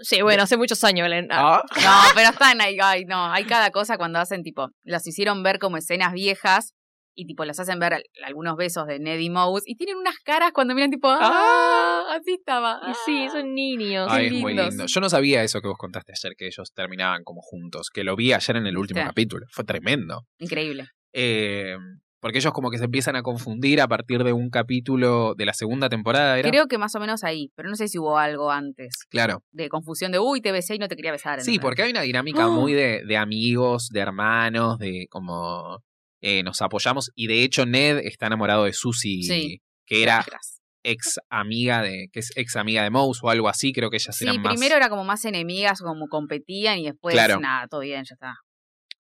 Speaker 4: Sí, bueno, hace muchos años, Belén. Ah,
Speaker 1: ah.
Speaker 2: No, pero están ahí, ay, no, hay cada cosa cuando hacen tipo, las hicieron ver como escenas viejas y tipo las hacen ver al- algunos besos de Ned y Mouse y tienen unas caras cuando miran tipo, ah, así estaba.
Speaker 4: y
Speaker 2: ah".
Speaker 4: sí, son niños.
Speaker 1: Ay,
Speaker 2: qué
Speaker 1: es muy
Speaker 2: lindos.
Speaker 1: lindo. Yo no sabía eso que vos contaste ayer, que ellos terminaban como juntos, que lo vi ayer en el último
Speaker 2: ¿Viste?
Speaker 1: capítulo. Fue tremendo.
Speaker 2: Increíble.
Speaker 1: Eh, porque ellos como que se empiezan a confundir a partir de un capítulo de la segunda temporada, ¿era?
Speaker 2: Creo que más o menos ahí, pero no sé si hubo algo antes
Speaker 1: Claro.
Speaker 2: de confusión de, uy, te besé y no te quería besar.
Speaker 1: Sí,
Speaker 2: ¿entendés?
Speaker 1: porque hay una dinámica
Speaker 2: ¡Oh!
Speaker 1: muy de, de amigos, de hermanos, de como eh, nos apoyamos. Y de hecho Ned está enamorado de Susie,
Speaker 2: Sí.
Speaker 1: que era
Speaker 2: Chakras.
Speaker 1: ex amiga de, que es ex amiga de Mouse o algo así, creo que ellas
Speaker 2: Sí,
Speaker 1: eran más
Speaker 2: primero era como más enemigas, como competían y después
Speaker 1: Claro.
Speaker 2: nada, todo bien, ya está.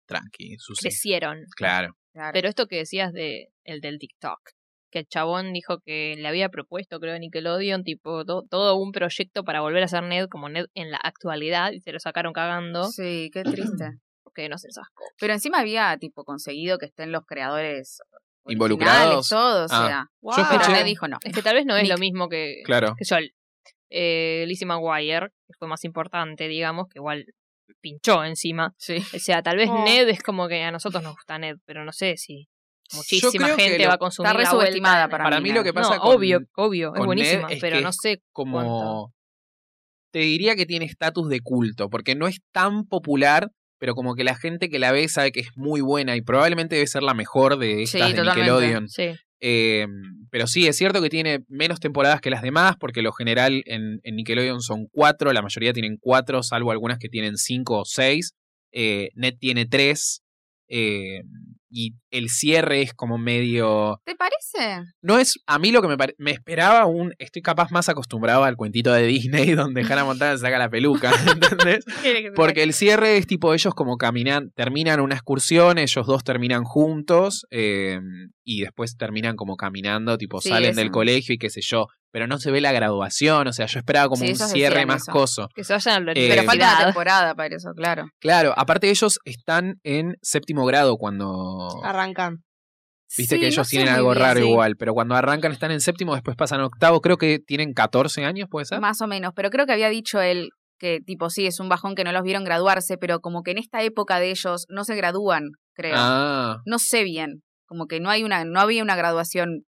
Speaker 1: tranqui, Susi.
Speaker 4: Crecieron.
Speaker 2: (laughs)
Speaker 1: Claro.
Speaker 2: Claro.
Speaker 4: Pero esto que decías de el del TikTok, que el chabón dijo que le había propuesto, creo, Nickelodeon, tipo, to- todo un proyecto para volver a ser Ned como Ned en la actualidad y se lo sacaron cagando,
Speaker 2: (clears throat) sí, qué triste.
Speaker 4: porque no se les asco.
Speaker 2: (clears throat) Pero encima había tipo conseguido que estén los creadores originales,
Speaker 1: ¿Involucrados?
Speaker 2: todo, o
Speaker 1: Ah.
Speaker 2: sea.
Speaker 1: Yo
Speaker 2: Pero
Speaker 1: escuché-
Speaker 2: me dijo no.
Speaker 4: Es que tal vez no es
Speaker 2: Nick.
Speaker 4: lo mismo que,
Speaker 1: Claro.
Speaker 4: que yo. Eh, Lizzie McGuire, que fue más importante, digamos, que igual pinchó encima.
Speaker 2: Sí.
Speaker 4: O sea, tal vez
Speaker 3: Oh.
Speaker 4: Ned es como que a nosotros nos gusta Ned, pero no sé si muchísima
Speaker 1: creo que
Speaker 4: gente
Speaker 1: lo-
Speaker 4: va a consumir
Speaker 2: Está
Speaker 4: la vuelta de
Speaker 2: resubestimada
Speaker 4: Ned.
Speaker 2: para,
Speaker 1: Para mí lo
Speaker 2: Nat.
Speaker 1: que pasa
Speaker 4: no,
Speaker 1: con-
Speaker 4: obvio, obvio, es
Speaker 1: con
Speaker 4: buenísima,
Speaker 1: Ned es
Speaker 4: pero
Speaker 1: que
Speaker 4: no
Speaker 1: es
Speaker 4: sé
Speaker 1: como
Speaker 4: cuánto.
Speaker 1: te diría que tiene estatus de culto, porque no es tan popular, pero como que la gente que la ve sabe que es muy buena y probablemente debe ser la mejor de
Speaker 2: Sí,
Speaker 1: estas de
Speaker 2: totalmente.
Speaker 1: Nickelodeon.
Speaker 4: Sí,
Speaker 1: Eh, pero sí, es cierto que tiene menos temporadas que las demás, porque lo general en, en Nickelodeon son cuatro, la mayoría tienen cuatro, salvo algunas que tienen cinco o seis. Eh, Net tiene tres. eh, y el cierre es como medio.
Speaker 2: ¿Te parece?
Speaker 1: No es. A mí lo que me, pare- me esperaba un. Estoy capaz más acostumbrado al cuentito de Disney (laughs) donde Hannah Montana se saca la peluca,
Speaker 2: (laughs)
Speaker 1: ¿entendés? Porque el cierre es tipo ellos como caminan, terminan una excursión, ellos dos terminan juntos eh, y después terminan como caminando, tipo
Speaker 2: Sí,
Speaker 1: salen
Speaker 2: eso.
Speaker 1: del colegio y qué sé yo, pero no se ve la graduación, o sea, yo esperaba como
Speaker 2: Sí,
Speaker 1: un
Speaker 2: ellos
Speaker 1: cierre
Speaker 2: decían
Speaker 1: más
Speaker 2: eso.
Speaker 1: coso.
Speaker 4: que se vayan a la
Speaker 1: Eh,
Speaker 2: Pero falta una
Speaker 4: universidad.
Speaker 2: temporada para eso, claro.
Speaker 1: Claro, aparte ellos están en séptimo grado cuando...
Speaker 2: Ah,
Speaker 3: Arrancan.
Speaker 1: Viste
Speaker 2: Sí,
Speaker 1: que
Speaker 2: no
Speaker 1: ellos
Speaker 2: sé
Speaker 1: tienen
Speaker 2: muy
Speaker 1: algo
Speaker 2: bien.
Speaker 1: raro
Speaker 3: sí.
Speaker 1: igual, pero cuando arrancan están en séptimo, después pasan a octavo, creo que tienen 14 años, puede ser.
Speaker 2: Más o menos, pero creo que había dicho él que tipo sí, es un bajón que no los vieron graduarse, pero como que en esta época de ellos no se gradúan, creo.
Speaker 1: Ah,
Speaker 2: No sé bien, como que no hay una no había una graduación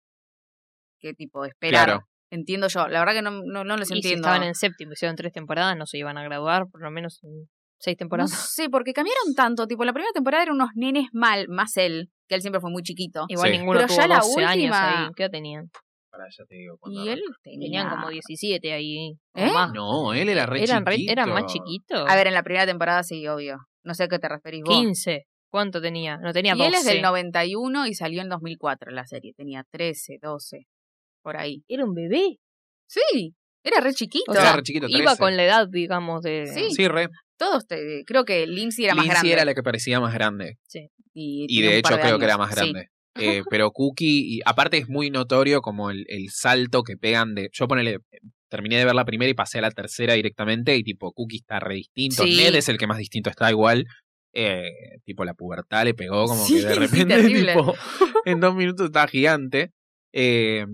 Speaker 2: que tipo esperar.
Speaker 1: claro.
Speaker 2: Entiendo yo, la verdad que no no, no los
Speaker 4: Y si
Speaker 2: entiendo.
Speaker 4: estaban en séptimo, hicieron tres temporadas, no se iban a graduar, por lo menos en seis
Speaker 2: No
Speaker 4: (laughs) temporadas.
Speaker 2: sé, porque cambiaron tanto, tipo la primera temporada eran unos nenes mal, más él, que él siempre fue muy chiquito.
Speaker 4: Igual
Speaker 1: Sí.
Speaker 4: ninguno
Speaker 2: Pero
Speaker 4: tuvo
Speaker 2: ya la
Speaker 4: 12 años
Speaker 2: última-
Speaker 4: ahí. ¿Qué edad tenían?
Speaker 1: Pará, ya te digo cuando
Speaker 2: Y él
Speaker 4: Tenían
Speaker 2: tenía
Speaker 4: como 17 ahí. o
Speaker 2: ¿Eh?
Speaker 4: más.
Speaker 1: No, él era re
Speaker 4: eran, re-
Speaker 1: chiquito.
Speaker 4: eran más chiquitos.
Speaker 2: A ver, en la primera temporada sí, obvio. No sé a qué te referís vos.
Speaker 4: 15. ¿Cuánto tenía? No tenía
Speaker 2: Y
Speaker 4: 12.
Speaker 2: él es del 91 y salió en 2004 la serie. Tenía 13, 12, por ahí.
Speaker 4: Era un bebé.
Speaker 2: Sí, era re chiquito.
Speaker 4: O sea,
Speaker 1: Era re chiquito,
Speaker 4: Iba
Speaker 1: 13.
Speaker 4: con la edad, digamos, de.
Speaker 2: Sí.
Speaker 1: Sí, re.
Speaker 2: Todos, te- creo que Lindsay era más
Speaker 1: Lindsay
Speaker 2: grande.
Speaker 1: era la que parecía más grande.
Speaker 2: Y,
Speaker 1: Y
Speaker 2: tenía
Speaker 1: de
Speaker 2: un par
Speaker 1: hecho creo que era
Speaker 2: años.
Speaker 1: más
Speaker 2: Sí. (laughs)
Speaker 1: grande. Eh, pero Cookie, y aparte es muy notorio como el, el salto que pegan de... Yo ponele, terminé de ver la primera y pasé a la tercera directamente y tipo Cookie está re distinto.
Speaker 2: Sí.
Speaker 1: Ned es el que más distinto está igual. Eh, tipo la pubertad le pegó como
Speaker 2: Sí,
Speaker 1: que de
Speaker 2: (laughs) sí,
Speaker 1: repente (laughs)
Speaker 2: terrible.
Speaker 1: tipo, en dos minutos está gigante. Eh,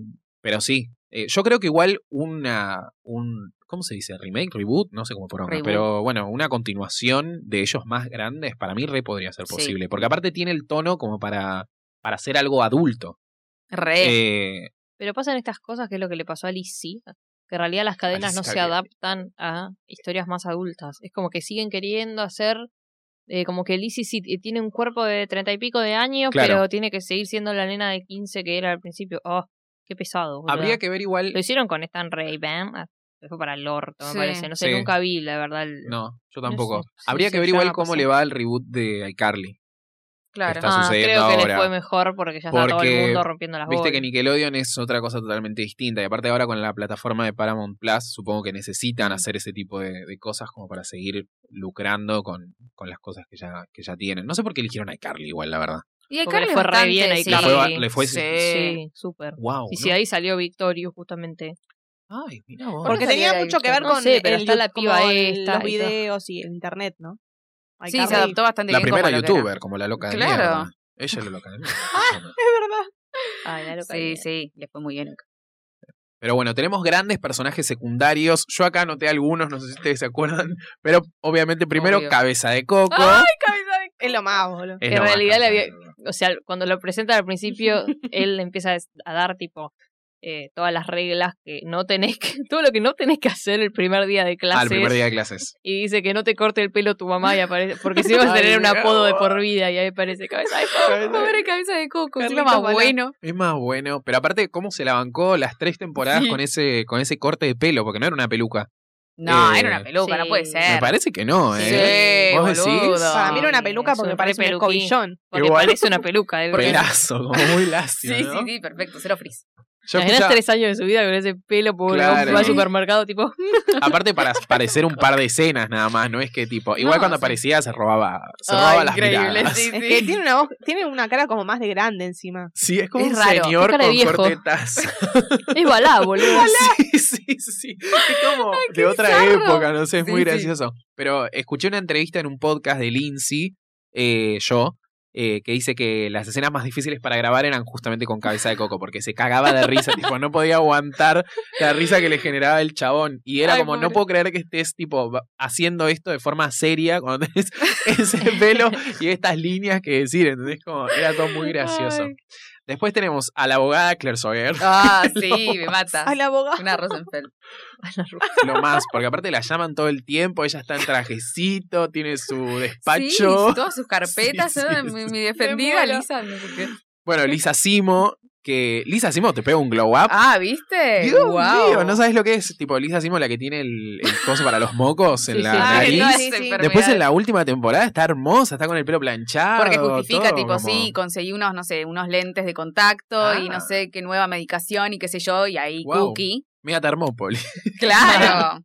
Speaker 1: pero sí, eh, yo creo que igual una, un, ¿cómo se dice? Remake, reboot, no sé cómo ponerlo,
Speaker 2: Reboot.
Speaker 1: pero bueno, una continuación de ellos más grandes, para mí re podría ser
Speaker 2: Sí.
Speaker 1: posible, porque aparte tiene el tono como para, para hacer algo adulto.
Speaker 2: Re.
Speaker 1: Eh,
Speaker 4: Pero pasan estas cosas que es lo que le pasó a Lizzie. Que en realidad las cadenas no
Speaker 1: Lizzie
Speaker 4: se
Speaker 1: Caprio.
Speaker 4: adaptan a historias más adultas. Es como que siguen queriendo hacer. eh, como que Lizzie sí t- tiene un cuerpo de treinta y pico de años,
Speaker 1: Claro.
Speaker 4: pero tiene que seguir siendo la nena de 15 que era al principio. Oh, qué pesado. boluda.
Speaker 1: habría que ver igual...
Speaker 4: Lo hicieron con Stan Ray Ban. ah, Fue para el orto,
Speaker 2: Sí.
Speaker 4: me parece. No sé,
Speaker 1: Sí.
Speaker 4: nunca vi, la verdad. el-
Speaker 1: No, yo tampoco.
Speaker 4: No sé, sí,
Speaker 1: habría
Speaker 4: sí,
Speaker 1: que ver
Speaker 4: ya
Speaker 1: igual
Speaker 4: va a
Speaker 1: cómo
Speaker 4: pasar.
Speaker 1: le va el reboot de iCarly.
Speaker 2: claro.
Speaker 1: está
Speaker 4: Ah,
Speaker 1: sucediendo
Speaker 4: creo que
Speaker 1: ahora.
Speaker 4: les fue mejor porque ya está todo
Speaker 1: Porque
Speaker 4: el mundo rompiendo las
Speaker 1: Viste
Speaker 4: bolas.
Speaker 1: que Nickelodeon es otra cosa totalmente distinta. Y aparte ahora con la plataforma de Paramount Plus, supongo que necesitan hacer ese tipo de, de cosas como para seguir lucrando con, con las cosas que ya, que ya tienen. No sé por qué eligieron a iCarly igual, la verdad.
Speaker 2: Y a
Speaker 4: Porque le
Speaker 2: Carly
Speaker 4: fue re
Speaker 2: bastante,
Speaker 4: bien a
Speaker 2: sí.
Speaker 1: Le
Speaker 4: Carly.
Speaker 1: fue, le fue- Oh,
Speaker 4: Sí, súper.
Speaker 1: Wow.
Speaker 4: Y si ahí salió Victorious, justamente.
Speaker 1: Ay, mira vos.
Speaker 3: Porque
Speaker 2: no salía
Speaker 3: tenía
Speaker 2: de
Speaker 3: mucho que
Speaker 2: Ayrton?
Speaker 3: ver
Speaker 4: No
Speaker 3: con
Speaker 4: sé, pero
Speaker 3: el
Speaker 4: está la
Speaker 3: YouTube,
Speaker 4: piba
Speaker 3: como
Speaker 4: esta
Speaker 3: los
Speaker 4: y todo.
Speaker 3: videos y el internet, ¿no? Ay,
Speaker 2: Sí, se
Speaker 3: Carly.
Speaker 2: adaptó bastante
Speaker 1: la
Speaker 2: bien.
Speaker 1: primera
Speaker 2: como lo que era.
Speaker 1: youtuber, como la loca de
Speaker 2: Claro.
Speaker 1: mierda. Ella es la loca de mierda.
Speaker 3: Es verdad.
Speaker 4: Ay, la loca
Speaker 2: Sí,
Speaker 4: (laughs) mía.
Speaker 2: sí, le fue muy bien.
Speaker 1: Pero bueno, tenemos grandes personajes secundarios. Yo acá anoté algunos, no sé si ustedes se acuerdan. Pero obviamente primero
Speaker 2: Obvio.
Speaker 1: Cabeza de Coco.
Speaker 3: Es lo más, boludo.
Speaker 1: Es
Speaker 4: En
Speaker 1: lo más
Speaker 4: realidad le
Speaker 1: cabeza de
Speaker 4: había-
Speaker 1: Coco.
Speaker 4: O sea, cuando lo presentan al (laughs) principio, él empieza a des- a dar tipo eh, todas las reglas que no tenés que, (laughs) todo lo que no tenés que hacer el primer día de clases.
Speaker 1: Al primer día de clases.
Speaker 4: Y dice que no te corte el pelo tu mamá y aparece,
Speaker 1: (laughs)
Speaker 4: porque si no vas a
Speaker 1: Ay,
Speaker 4: tener un
Speaker 1: mira.
Speaker 4: apodo de por vida y ahí aparece cabeza de
Speaker 2: Pobre cabeza de coco,
Speaker 3: encima
Speaker 2: encima
Speaker 3: Carlitos
Speaker 2: más
Speaker 3: más Balá.
Speaker 2: bueno.
Speaker 1: Es más bueno. Pero aparte, ¿cómo se la bancó las tres temporadas con ese con ese corte de pelo? Porque no era una peluca.
Speaker 2: No,
Speaker 1: Eh,
Speaker 2: era una peluca, no puede
Speaker 4: Sí.
Speaker 2: ser.
Speaker 1: Me parece que no,
Speaker 2: Sí,
Speaker 1: ¿eh? ¿Vos decís?
Speaker 2: boludo.
Speaker 3: Para mí era una
Speaker 4: Sí,
Speaker 3: peluca
Speaker 4: es
Speaker 3: porque
Speaker 4: un
Speaker 3: parece
Speaker 4: re
Speaker 3: un
Speaker 4: peluquín.
Speaker 3: cobillón.
Speaker 4: Porque
Speaker 1: Igual.
Speaker 4: parece una peluca. él-
Speaker 1: Pelazo, como muy
Speaker 2: (laughs)
Speaker 1: lacio,
Speaker 2: Sí,
Speaker 1: ¿no?
Speaker 2: sí, sí, perfecto, cero frizz.
Speaker 1: Yo
Speaker 4: Imaginás
Speaker 1: escuchaba-
Speaker 4: tres años de su vida con ese pelo por
Speaker 1: Claro.
Speaker 4: un supermercado,
Speaker 1: (laughs)
Speaker 4: tipo.
Speaker 1: Aparte para aparecer un par de escenas nada más, no es que tipo, igual
Speaker 4: No,
Speaker 1: cuando
Speaker 4: sí.
Speaker 1: aparecía se robaba, se robaba las
Speaker 4: increíble,
Speaker 1: miradas.
Speaker 4: sí,
Speaker 3: Es
Speaker 4: sí.
Speaker 3: que tiene una, voz- tiene una cara como más de grande encima.
Speaker 1: Sí, es como
Speaker 4: Es
Speaker 1: un
Speaker 4: raro,
Speaker 1: señor
Speaker 4: es cara de
Speaker 1: con
Speaker 4: viejo.
Speaker 1: cortetas.
Speaker 4: Es balá, boludo.
Speaker 1: (laughs) Sí, sí, sí. Es como de otra
Speaker 4: bizarro.
Speaker 1: época, no sé, es
Speaker 2: Sí,
Speaker 1: muy
Speaker 2: sí.
Speaker 1: gracioso. Pero escuché una entrevista en un podcast de Lindsay, eh, yo, eh, que dice que las escenas más difíciles para grabar eran justamente con cabeza de coco, porque se cagaba de risa, tipo, no podía aguantar la risa que le generaba el chabón. Y era
Speaker 4: Ay,
Speaker 1: como, no
Speaker 4: pobre.
Speaker 1: puedo creer que estés, tipo, va- haciendo esto de forma seria cuando tenés (laughs) ese pelo y estas líneas que decir, ¿entendés? Como, era todo muy gracioso.
Speaker 4: (laughs) Ay.
Speaker 1: Después tenemos a la abogada Claire Sawyer.
Speaker 3: (laughs)
Speaker 2: Ah, sí, me mata.
Speaker 4: Ah.
Speaker 3: Al abogado.
Speaker 2: Una Rosenfeld.
Speaker 1: lo más, porque aparte la llaman todo el tiempo, ella está en trajecito, tiene su
Speaker 2: Sí,
Speaker 1: despacho.
Speaker 2: todas sus carpetas,
Speaker 1: (laughs) Sí, sí,
Speaker 2: ¿eh? mi, mi defendida,
Speaker 3: Me muero.
Speaker 2: Lisa, no sé qué.
Speaker 1: Bueno, Lisa Simo, que Lisa Simo te pega un glow up.
Speaker 2: Ah, ¿viste?
Speaker 1: Dios
Speaker 2: Guau.
Speaker 1: mío, no sabes lo que es, tipo Lisa Simo la que tiene el, el coso para los mocos en
Speaker 4: Sí,
Speaker 1: la
Speaker 4: sí,
Speaker 2: Ah, que
Speaker 1: nariz.
Speaker 2: todas
Speaker 3: Sí,
Speaker 2: esas
Speaker 3: sí.
Speaker 2: enfermedades.
Speaker 1: Después en la última temporada está hermosa, está con el pelo planchado.
Speaker 2: Porque justifica,
Speaker 1: Ah, todo
Speaker 2: tipo,
Speaker 1: como-
Speaker 2: sí, conseguí unos, no sé, unos lentes de contacto y
Speaker 1: Ah.
Speaker 2: no sé qué nueva medicación y qué sé yo, y ahí
Speaker 1: Guau. (laughs)
Speaker 2: Cookie.
Speaker 1: Mega Termópolis.
Speaker 2: Claro.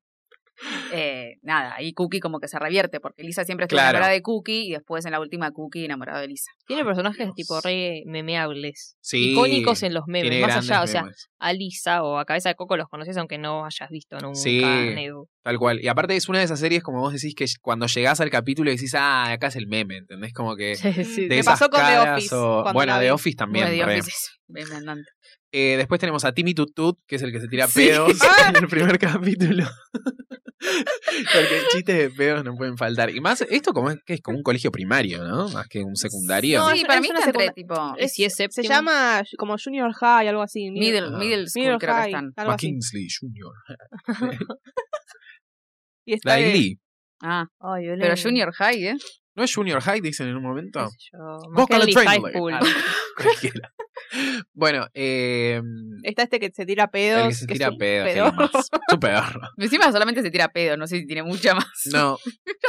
Speaker 2: Eh, nada, ahí Cookie como que se revierte, porque Lisa siempre estuvo
Speaker 1: Claro.
Speaker 2: enamorada de Cookie y después en la última Cookie enamorada de Lisa.
Speaker 4: Tiene personajes
Speaker 1: Dios.
Speaker 4: tipo re memeables.
Speaker 1: Sí.
Speaker 4: Icónicos en los memes.
Speaker 1: Tiene
Speaker 4: Más
Speaker 1: grandes
Speaker 4: allá, o sea,
Speaker 1: memes.
Speaker 4: a Lisa o a Cabeza de Coco los conoces aunque no hayas visto nunca
Speaker 1: Sí.
Speaker 4: Nedu.
Speaker 1: Tal cual. Y aparte es una de esas series, como vos decís, que cuando llegás al capítulo y decís, ah, acá es el meme, ¿entendés? Como que
Speaker 4: Sí, (laughs) sí.
Speaker 1: de
Speaker 3: Me
Speaker 1: esas
Speaker 3: pasó con The
Speaker 1: caras
Speaker 3: Office,
Speaker 1: o-
Speaker 3: cuando
Speaker 1: Bueno,
Speaker 3: la
Speaker 1: de
Speaker 3: vi.
Speaker 1: Office también.
Speaker 2: Bueno,
Speaker 1: re.
Speaker 2: Dios,
Speaker 4: (laughs)
Speaker 2: es- es demandante.
Speaker 1: Eh, después tenemos a Timmy Tutut, que es el que se tira
Speaker 2: Sí.
Speaker 1: pedos en el primer (laughs) capítulo. Porque chistes de pedos no pueden faltar. Y más, esto como es, que es como un colegio primario, ¿no? Más que un secundario.
Speaker 3: No,
Speaker 2: sí,
Speaker 3: es-
Speaker 2: para
Speaker 3: es
Speaker 2: mí
Speaker 3: una
Speaker 2: está entre
Speaker 3: secunda-
Speaker 2: tipo
Speaker 1: (laughs)
Speaker 2: (laughs)
Speaker 4: Y si es
Speaker 3: Se
Speaker 4: séptimo,
Speaker 3: llama como Junior High, algo así.
Speaker 2: middle,
Speaker 1: Ah.
Speaker 2: middle school,
Speaker 3: middle
Speaker 2: creo
Speaker 3: High,
Speaker 2: que están.
Speaker 3: algo así.
Speaker 1: McKinsley Jr.
Speaker 3: Y está
Speaker 1: La de
Speaker 3: de-
Speaker 1: Glee.
Speaker 2: Ah,
Speaker 4: Ay, boludo.
Speaker 2: pero Junior High, ¿eh?
Speaker 1: ¿No es Junior High, dicen en un momento?
Speaker 4: Qué sé yo.
Speaker 1: Vocal
Speaker 4: Macaulay High
Speaker 1: Trailer.
Speaker 4: School. (laughs)
Speaker 1: Ah, cualquiera. Bueno, eh,
Speaker 3: Está este que se tira pedos.
Speaker 1: el que se
Speaker 3: que es
Speaker 1: tira
Speaker 3: un
Speaker 1: pedos.
Speaker 3: pedo.
Speaker 1: el más. Tu pedorro.
Speaker 2: Encima solamente se tira pedo, no sé si tiene
Speaker 1: (laughs)
Speaker 2: mucha más.
Speaker 1: No,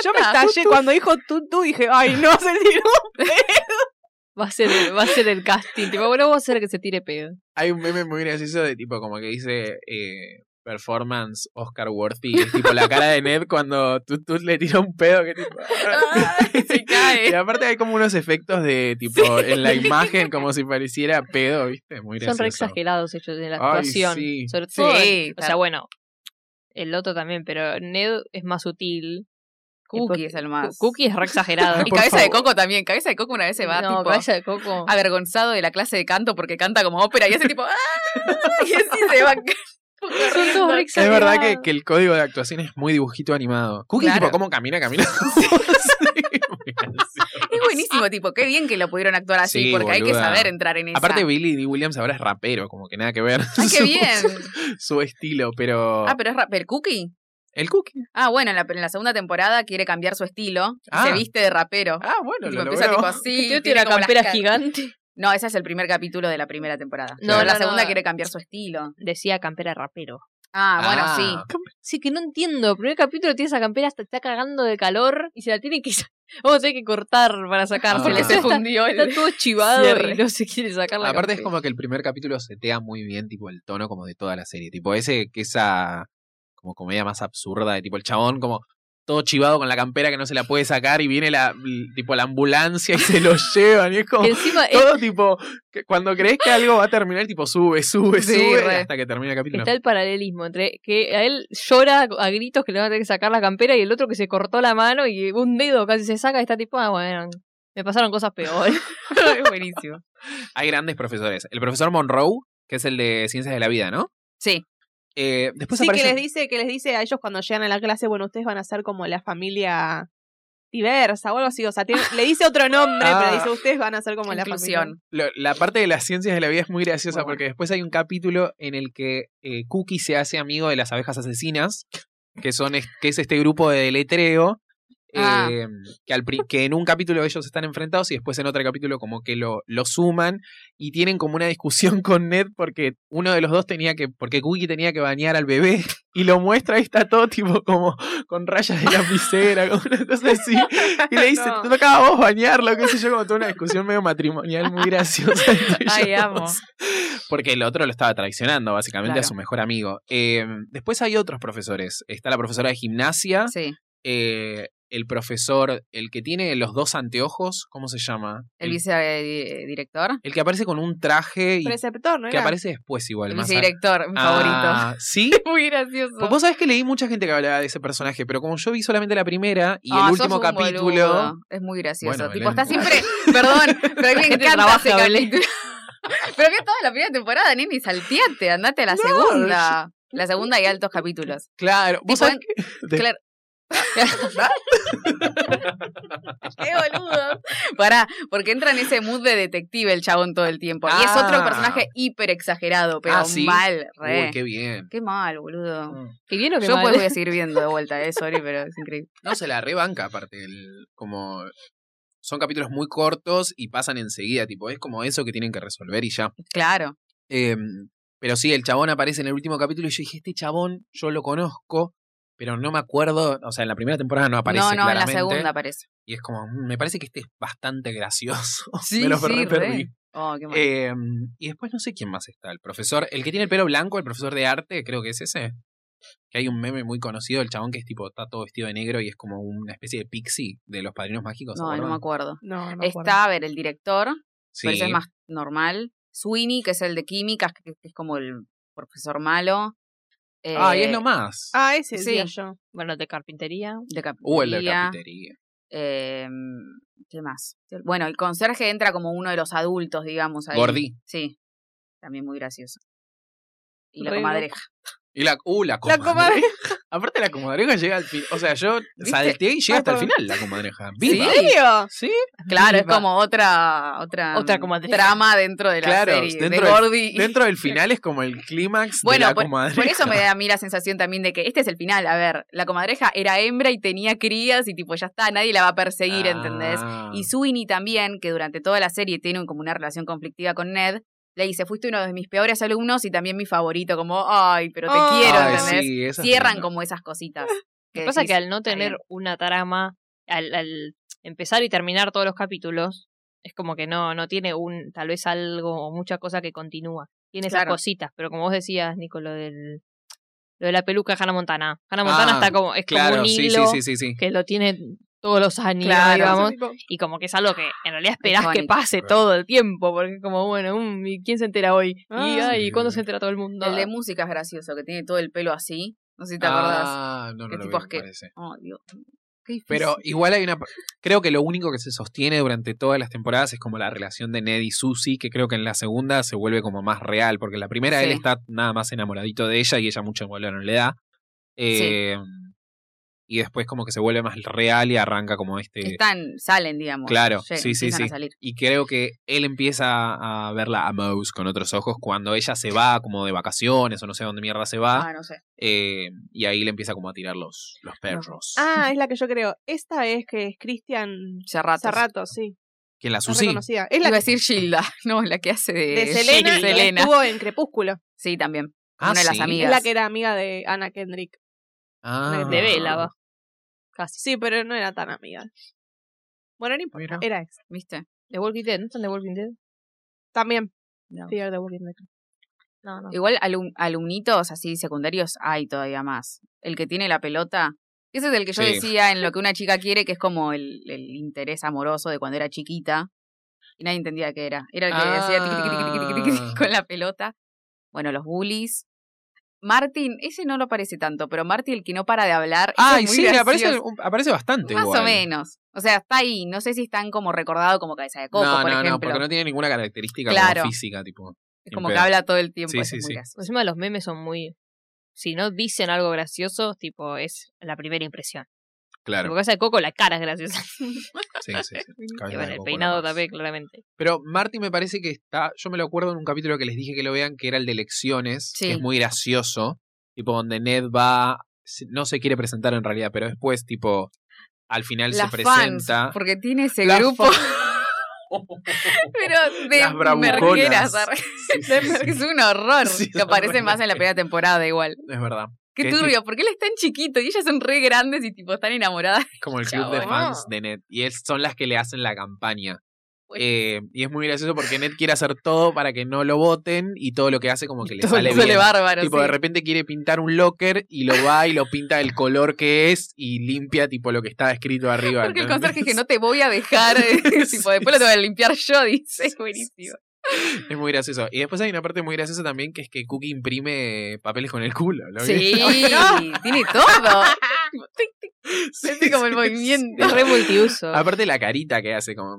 Speaker 3: Yo me
Speaker 2: Ah,
Speaker 3: estallé cuando dijo tutu, dije, ay, no, se tiró.
Speaker 4: (laughs) Va a ser el, va a ser el casting. Tipo, bueno, vos ser el que se tire pedo.
Speaker 1: Hay un meme muy gracioso de tipo como que dice eh, performance Oscar Worthy. Es tipo la cara de Ned cuando Tut Tut le tira un pedo que tipo.
Speaker 2: (laughs) se cae.
Speaker 1: Y aparte hay como unos efectos de tipo en la imagen como si pareciera pedo, ¿viste? Muy gracioso.
Speaker 4: Son re exagerados ellos de la
Speaker 1: Ay,
Speaker 4: actuación.
Speaker 1: sí.
Speaker 4: Sobre
Speaker 2: Sí,
Speaker 4: todo. el- o
Speaker 2: está-
Speaker 4: sea, bueno, el otro también, pero Ned es más sutil.
Speaker 2: Cookie es el más.
Speaker 4: Cookie es re (laughs) exagerado.
Speaker 2: Y
Speaker 1: Por
Speaker 2: cabeza de
Speaker 1: favor.
Speaker 2: coco también. Cabeza de coco una vez se va
Speaker 4: no,
Speaker 2: tipo,
Speaker 4: cabeza de coco.
Speaker 2: avergonzado de la clase de canto porque canta como ópera y ese tipo. ¡Ah! Y así se
Speaker 4: (laughs)
Speaker 2: va.
Speaker 4: Son todos re
Speaker 1: Es
Speaker 4: exagerados.
Speaker 1: verdad que, que el código de actuación es muy dibujito animado. Cookie
Speaker 2: Claro.
Speaker 1: tipo cómo camina, camina. (laughs) Sí, muy gracioso.
Speaker 2: Es buenísimo, tipo. Qué bien que lo pudieron actuar así
Speaker 1: Sí,
Speaker 2: porque hay que
Speaker 1: boluda.
Speaker 2: saber entrar en esa.
Speaker 1: Aparte Billy D. Williams ahora es rapero, como que nada que ver. (laughs)
Speaker 2: ¡Ay, qué
Speaker 1: su-
Speaker 2: bien!
Speaker 1: Su estilo, pero...
Speaker 2: Ah, pero es rapper Cookie.
Speaker 1: El Cookie.
Speaker 2: Ah, bueno, en la, en la segunda temporada quiere cambiar su estilo. y
Speaker 1: Ah.
Speaker 2: Se viste de rapero.
Speaker 1: Ah, bueno,
Speaker 2: Y
Speaker 1: lo
Speaker 2: tipo, empieza
Speaker 1: logró.
Speaker 2: tipo así. tiene
Speaker 4: Yo Este tiene una
Speaker 2: como las
Speaker 4: campera
Speaker 2: ca-
Speaker 4: gigante.
Speaker 2: No, ese es el primer capítulo de la primera temporada.
Speaker 4: No,
Speaker 2: No, la
Speaker 4: no,
Speaker 2: segunda
Speaker 4: no.
Speaker 2: quiere cambiar su estilo.
Speaker 4: Decía campera rapero.
Speaker 2: Ah, bueno, sí.
Speaker 4: Sí, que no entiendo. El primer capítulo tiene esa campera, hasta está cagando de calor y se la tiene que. sa- (laughs) Vamos a tener que cortar para
Speaker 2: Se
Speaker 4: sacársela.
Speaker 2: le
Speaker 1: Ah.
Speaker 2: se
Speaker 4: Está,
Speaker 2: fundió el.
Speaker 4: está todo chivado
Speaker 2: Cierre.
Speaker 4: y no se quiere sacar la
Speaker 1: Aparte es
Speaker 4: campera.
Speaker 1: como que el primer capítulo setea muy bien tipo el tono como de toda la serie, tipo ese que esa como comedia más absurda de tipo el chabón como todo chivado con la campera que no se la puede sacar y viene la l- tipo la ambulancia y se lo (laughs) llevan y es como
Speaker 4: Que encima es-
Speaker 1: (laughs) todo tipo que cuando crees que algo va a terminar tipo sube, sube,
Speaker 2: Sí,
Speaker 1: sube
Speaker 2: re.
Speaker 1: hasta que termina el capítulo.
Speaker 4: Está el paralelismo entre que a él llora a gritos que le van a tener que sacar la campera y el otro que se cortó la mano y un dedo casi se saca y está tipo, ah, bueno, me pasaron cosas
Speaker 2: (laughs)
Speaker 4: peores.
Speaker 1: (laughs)
Speaker 2: Buenísimo.
Speaker 1: Hay grandes profesores. El profesor Monroe, que es el de Ciencias de la Vida, ¿no?
Speaker 2: Sí.
Speaker 1: Eh,
Speaker 2: Pues
Speaker 1: después
Speaker 3: Sí, que
Speaker 1: aparece
Speaker 3: les dice, que les dice a ellos cuando llegan a la clase, bueno, ustedes van a ser como la familia diversa o algo así. O sea, tiene- le dice otro nombre,
Speaker 1: Ah.
Speaker 3: pero dice, ustedes van a ser como la familia.
Speaker 2: Inclusión.
Speaker 1: Lo- la parte de las ciencias de la vida es muy graciosa
Speaker 2: Muy bueno.
Speaker 1: porque después hay un capítulo en el que eh, Cookie se hace amigo de las abejas asesinas, que son es- que es este grupo de deletreo
Speaker 2: Ah.
Speaker 1: eh, que, al pri- que en un capítulo ellos están enfrentados y después en otro capítulo como que lo, lo suman y tienen como una discusión (laughs) con Ned porque uno de los dos tenía que, porque Cookie tenía que bañar al bebé y lo muestra y está todo tipo como con rayas de lapicera, con una cosa así. Y le dice,
Speaker 4: No.
Speaker 1: te tocaba a vos bañarlo, qué sé yo, como toda una discusión medio matrimonial muy graciosa. entre
Speaker 4: (laughs) Ay,
Speaker 1: ellos
Speaker 4: amo.
Speaker 1: dos. Porque el otro lo estaba traicionando, básicamente, a
Speaker 2: Claro.
Speaker 1: su mejor amigo. Eh, después hay otros profesores. Está la profesora de gimnasia,
Speaker 2: Sí.
Speaker 1: eh, el profesor, el que tiene los dos anteojos, ¿cómo se llama?
Speaker 2: El eh, vicedirector.
Speaker 1: el que aparece con un traje y
Speaker 3: Preceptor, ¿no?
Speaker 1: que
Speaker 3: era?
Speaker 1: aparece después igual.
Speaker 2: El
Speaker 1: más a-
Speaker 2: vicedirector, mi favorito. (laughs)
Speaker 1: Ah, ¿Sí?
Speaker 2: Muy gracioso.
Speaker 1: Pues vos sabés que leí mucha gente que hablaba de ese personaje, pero como yo vi solamente la primera y
Speaker 2: Ah, sos
Speaker 1: el último
Speaker 2: un
Speaker 1: capítulo.
Speaker 2: boludo. Es muy gracioso.
Speaker 1: Bueno,
Speaker 2: tipo,
Speaker 1: Belén.
Speaker 2: está siempre. (laughs) Perdón, pero a
Speaker 1: (laughs)
Speaker 2: mí me
Speaker 4: gente
Speaker 2: encanta
Speaker 4: trabaja,
Speaker 2: ese
Speaker 4: Belén.
Speaker 2: capítulo. (laughs) pero vi toda la primera temporada, Nini, salteate, andate a la segunda. La segunda hay altos capítulos.
Speaker 1: Claro, (laughs) vos
Speaker 2: Tipo,
Speaker 1: sabés de-
Speaker 2: Claro.
Speaker 1: (laughs)
Speaker 2: ¡Qué boludo! Pará, porque entra en ese mood de detective el chabón todo el tiempo. Y es otro
Speaker 1: Ah.
Speaker 2: personaje hiper exagerado, pero
Speaker 1: Ah, ¿sí?
Speaker 2: mal,
Speaker 1: que.
Speaker 2: re.
Speaker 1: Uy,
Speaker 2: qué...
Speaker 1: qué bien.
Speaker 2: mal, boludo.
Speaker 4: Que bien o que
Speaker 2: Yo
Speaker 4: mal.
Speaker 2: pues voy a seguir viendo de vuelta, eh, sorry, pero es increíble.
Speaker 1: No, se la rebanca aparte. el- como son capítulos muy cortos y pasan enseguida, tipo, es como eso que tienen que resolver y ya.
Speaker 2: Claro.
Speaker 1: Eh, pero sí, el chabón aparece en el último capítulo y yo dije, este chabón yo lo conozco, pero no me acuerdo, o sea, en la primera temporada no aparece.
Speaker 2: no, no, en la
Speaker 1: claramente,
Speaker 2: segunda aparece.
Speaker 1: Y es como, "Mm, me parece que este es bastante gracioso. (laughs)
Speaker 2: Sí,
Speaker 1: me lo
Speaker 2: sí,
Speaker 1: re
Speaker 2: re.
Speaker 1: perdí.
Speaker 2: Oh, qué mal.
Speaker 1: Eh, y después no sé quién más está, el profesor, el que tiene el pelo blanco, el profesor de arte, creo que es ese. Que hay un meme muy conocido del chabón que es tipo, está todo vestido de negro y es como una especie de pixie de los padrinos mágicos. ¿se
Speaker 2: no, no
Speaker 1: acuerdan?
Speaker 2: me acuerdo.
Speaker 3: No, no me acuerdo.
Speaker 2: Está, a ver, el director,
Speaker 1: Sí.
Speaker 2: pero ese es más normal. Sweeney, que es el de químicas, que que es como el profesor malo. Eh,
Speaker 1: Ah, y es lo más.
Speaker 3: Ah, ese
Speaker 2: Sí.
Speaker 3: sí. yo.
Speaker 4: Bueno, de carpintería.
Speaker 2: De
Speaker 1: Uh, el de
Speaker 2: carpintería.
Speaker 1: carpintería.
Speaker 2: Eh, ¿Qué más? Bueno, el conserje entra como uno de los adultos, digamos. Ahí.
Speaker 1: Gordi.
Speaker 2: Sí. También muy gracioso. Y la
Speaker 3: Re
Speaker 2: comadreja.
Speaker 1: Y la, uh, la
Speaker 3: La comadre.
Speaker 1: comadreja. (laughs) Aparte la comadreja llega al final. O sea, yo
Speaker 2: ¿Viste? Ah,
Speaker 1: salteé y llega
Speaker 3: Ay,
Speaker 1: hasta el
Speaker 3: perdón.
Speaker 1: final la comadreja.
Speaker 3: ¿En
Speaker 1: Viva.
Speaker 3: serio?
Speaker 1: ¿Sí?
Speaker 2: Claro, es
Speaker 1: Viva.
Speaker 2: como otra otra,
Speaker 4: Otra
Speaker 2: mm,
Speaker 4: comadreja.
Speaker 2: trama dentro de la
Speaker 1: Claro,
Speaker 2: serie.
Speaker 1: dentro
Speaker 2: de
Speaker 1: del-
Speaker 2: Gordi.
Speaker 1: Dentro del final es como el clímax
Speaker 2: Bueno, pues,
Speaker 1: de la
Speaker 2: por,
Speaker 1: comadreja.
Speaker 2: por eso me da a mí la sensación también de que este es el final. A ver, la comadreja era hembra y tenía crías y tipo, ya está, nadie la va a perseguir, ¿entendés?
Speaker 1: Ah.
Speaker 2: Y Sweeney también, que durante toda la serie tiene un- como una relación conflictiva con Ned, le dice, fuiste uno de mis peores alumnos y también mi favorito, como, ay, pero te
Speaker 3: Ay,
Speaker 2: quiero,
Speaker 1: Ay,
Speaker 2: ¿entendés?
Speaker 1: sí, esa es
Speaker 2: Cierran
Speaker 1: linda.
Speaker 2: como esas cositas.
Speaker 4: (laughs) Lo que pasa es que
Speaker 2: decís,
Speaker 4: al no
Speaker 2: "Está
Speaker 4: tener
Speaker 2: bien".
Speaker 4: una trama, al, al empezar y terminar todos los capítulos, es como que no, no tiene un, tal vez algo o mucha cosa que continúa. Tiene esas
Speaker 2: Claro.
Speaker 4: cositas, pero como vos decías, Nico, lo del lo de la peluca de Hannah Montana. Hannah Montana
Speaker 1: Ah,
Speaker 4: está como, es
Speaker 1: Claro,
Speaker 4: como un
Speaker 1: sí,
Speaker 4: hilo
Speaker 1: sí, sí, sí, sí.
Speaker 4: que lo tiene todos los años,
Speaker 2: Claro.
Speaker 4: digamos,
Speaker 3: Tipo,
Speaker 4: y como que es algo que en realidad esperás que
Speaker 2: Icónico.
Speaker 4: pase todo el tiempo, porque es como, bueno, mm, ¿y quién se entera hoy? y
Speaker 3: Ah.
Speaker 4: ay, ¿cuándo se entera todo el mundo? Ah,
Speaker 2: El de música es gracioso, que tiene todo el pelo así. No sé si te acordás.
Speaker 1: Ah, no, no
Speaker 2: Qué
Speaker 1: lo
Speaker 2: tipos
Speaker 1: vi, me
Speaker 2: que-
Speaker 1: parece.
Speaker 2: Oh, Dios. Qué difícil.
Speaker 1: Pero igual hay una. Creo que lo único que se sostiene durante todas las temporadas es como la relación de Ned y Susie, que creo que en la segunda se vuelve como más real, porque en la primera él
Speaker 2: Sí.
Speaker 1: está nada más enamoradito de ella y ella mucho valor no le da. Eh, Y después como que se vuelve más real y arranca como este.
Speaker 2: Están, salen, digamos.
Speaker 1: Claro,
Speaker 2: Lle-
Speaker 1: sí, sí,
Speaker 2: empiezan a
Speaker 1: sí.
Speaker 2: salir.
Speaker 1: Y creo que él empieza a verla a Mouse con otros ojos cuando ella se va como de vacaciones o no sé a dónde mierda se va.
Speaker 2: Ah, no sé.
Speaker 1: eh, y ahí le empieza como a tirar los, los perros.
Speaker 3: Ah, es la que yo creo. Esta es que es Cristian
Speaker 2: Cerratos.
Speaker 3: Cerrato, sí.
Speaker 1: Que la
Speaker 3: No
Speaker 1: Susi.
Speaker 3: reconocida. Es
Speaker 2: Iba
Speaker 3: la
Speaker 2: a
Speaker 3: que
Speaker 2: decir Gilda, (laughs) no, la que hace de,
Speaker 3: de Selena,
Speaker 2: de
Speaker 3: y
Speaker 2: Selena.
Speaker 3: estuvo en Crepúsculo.
Speaker 2: Sí, también.
Speaker 1: Ah,
Speaker 2: una de las
Speaker 1: sí.
Speaker 2: amigas.
Speaker 3: Es la que era amiga de Ana Kendrick.
Speaker 1: Ah.
Speaker 3: De
Speaker 4: de vela, va. Casi.
Speaker 3: Sí, pero no era tan amiga. Bueno, no importa,
Speaker 1: Mira.
Speaker 3: era ex.
Speaker 2: ¿Viste?
Speaker 4: The Walking Dead, ¿no están The Walking Dead?
Speaker 3: También.
Speaker 2: No.
Speaker 3: Fear the Walking Dead.
Speaker 4: No, no.
Speaker 2: Igual alum- alumnitos así secundarios hay todavía más. El que tiene la pelota. Ese es el que yo
Speaker 1: Sí.
Speaker 2: decía en lo que una chica quiere, que es como el, el interés amoroso de cuando era chiquita. Y nadie entendía qué era. Era el que decía tiqui, tiqui, tiqui, tiqui, tiqui, tiqui,
Speaker 1: Ah.
Speaker 2: con la pelota. Bueno, los bullies. Martin, ese no lo parece tanto, pero Martin el que no para de hablar. ese
Speaker 1: Ay,
Speaker 2: es muy
Speaker 1: sí, aparece,
Speaker 2: gracioso.
Speaker 1: un- aparece bastante.
Speaker 2: Más
Speaker 1: igual.
Speaker 2: o menos. O sea, está ahí. No sé si están como recordado como cabeza de coco,
Speaker 1: no,
Speaker 2: por
Speaker 1: no, no,
Speaker 2: ejemplo.
Speaker 1: porque no tiene ninguna característica como
Speaker 2: Claro.
Speaker 1: física, tipo.
Speaker 2: es como
Speaker 1: Ni
Speaker 2: que
Speaker 1: pedo.
Speaker 2: habla todo el tiempo.
Speaker 1: Sí,
Speaker 2: eso
Speaker 1: sí,
Speaker 2: es muy
Speaker 1: sí.
Speaker 2: gracioso.
Speaker 4: Encima los memes son muy. Si no dicen algo gracioso, tipo, es la primera impresión. Porque
Speaker 1: Claro.
Speaker 4: Porque de Coco la cara es graciosa.
Speaker 1: Sí,
Speaker 2: (laughs)
Speaker 1: sí, sí.
Speaker 4: Y
Speaker 1: (laughs) Cabeza
Speaker 4: bueno,
Speaker 1: de
Speaker 4: el
Speaker 1: coco
Speaker 4: peinado
Speaker 1: nomás.
Speaker 4: también, claramente.
Speaker 1: Pero Marty me parece que está. Yo me lo acuerdo en un capítulo que les dije que lo vean, que era el de elecciones,
Speaker 2: Sí.
Speaker 1: que es muy gracioso. Tipo, donde Ned va. No se quiere presentar en realidad, pero después, tipo. al final
Speaker 2: Las
Speaker 1: se
Speaker 2: fans,
Speaker 1: presenta.
Speaker 2: porque tiene ese
Speaker 1: Las
Speaker 2: grupo,
Speaker 1: (laughs)
Speaker 2: pero de
Speaker 1: Las bravuconas.
Speaker 2: merqueras. ar- (laughs)
Speaker 1: Sí, sí,
Speaker 2: de
Speaker 1: sí.
Speaker 2: mer- Es un horror.
Speaker 1: Sí,
Speaker 2: que aparecen
Speaker 1: horrible.
Speaker 2: más en la primera temporada igual.
Speaker 1: Es verdad.
Speaker 2: Qué
Speaker 1: Que-
Speaker 2: turbio, porque él es tan chiquito y ellas son re grandes y tipo están enamoradas.
Speaker 1: Como el club de
Speaker 2: Chabón.
Speaker 1: fans de Ned. Y es- son las que le hacen la campaña.
Speaker 2: Bueno.
Speaker 1: Eh, y es muy gracioso porque Ned quiere hacer todo para que no lo voten y todo lo que hace como que
Speaker 2: (laughs)
Speaker 1: le
Speaker 2: Todo
Speaker 1: sale
Speaker 2: eso le
Speaker 1: bien.
Speaker 2: bárbaro.
Speaker 1: tipo,
Speaker 2: sí.
Speaker 1: de repente quiere pintar un locker y lo va y lo pinta del color que es y limpia tipo lo que está escrito arriba.
Speaker 2: Porque el
Speaker 1: ¿entendés?
Speaker 2: conserje es que no te voy a
Speaker 1: (laughs)
Speaker 2: dejar, (laughs) tipo, después lo tengo que limpiar yo, dice. Es (laughs) buenísimo.
Speaker 1: (laughs) Es muy gracioso. Y después hay una parte muy graciosa también que es que Cookie imprime papeles con el culo. ¿lo (laughs) viste?
Speaker 2: Sí, tiene todo. Siente como el
Speaker 1: sí,
Speaker 2: movimiento.
Speaker 4: Es re multiuso.
Speaker 1: Aparte la carita que hace como...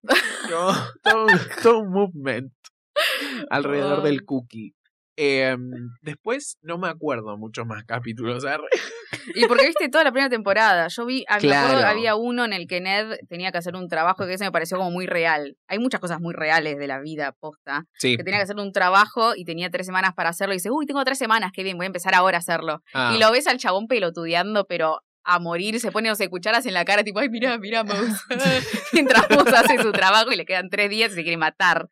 Speaker 2: (laughs)
Speaker 1: como todo, un, todo un movement alrededor del cookie. Eh, después no me acuerdo muchos más capítulos. arre.
Speaker 2: Y porque viste toda la primera temporada. Yo vi, a- me acuerdo,
Speaker 1: Claro.
Speaker 2: había uno en el que Ned tenía que hacer un trabajo que ese me pareció como muy real. Hay muchas cosas muy reales de la vida posta.
Speaker 1: Sí.
Speaker 2: Que tenía que hacer un trabajo y tenía tres semanas para hacerlo. Y dice, uy, tengo tres semanas, qué bien, voy a empezar ahora a hacerlo.
Speaker 1: Ah,
Speaker 2: Y lo ves al chabón pelotudeando, pero a morir, se pone, no sé, cucharas en la cara, tipo, ay, mirá, mirá,
Speaker 1: (laughs)
Speaker 2: Mouse. (laughs) Mientras Mouse hace su trabajo y le quedan tres días y se quiere matar.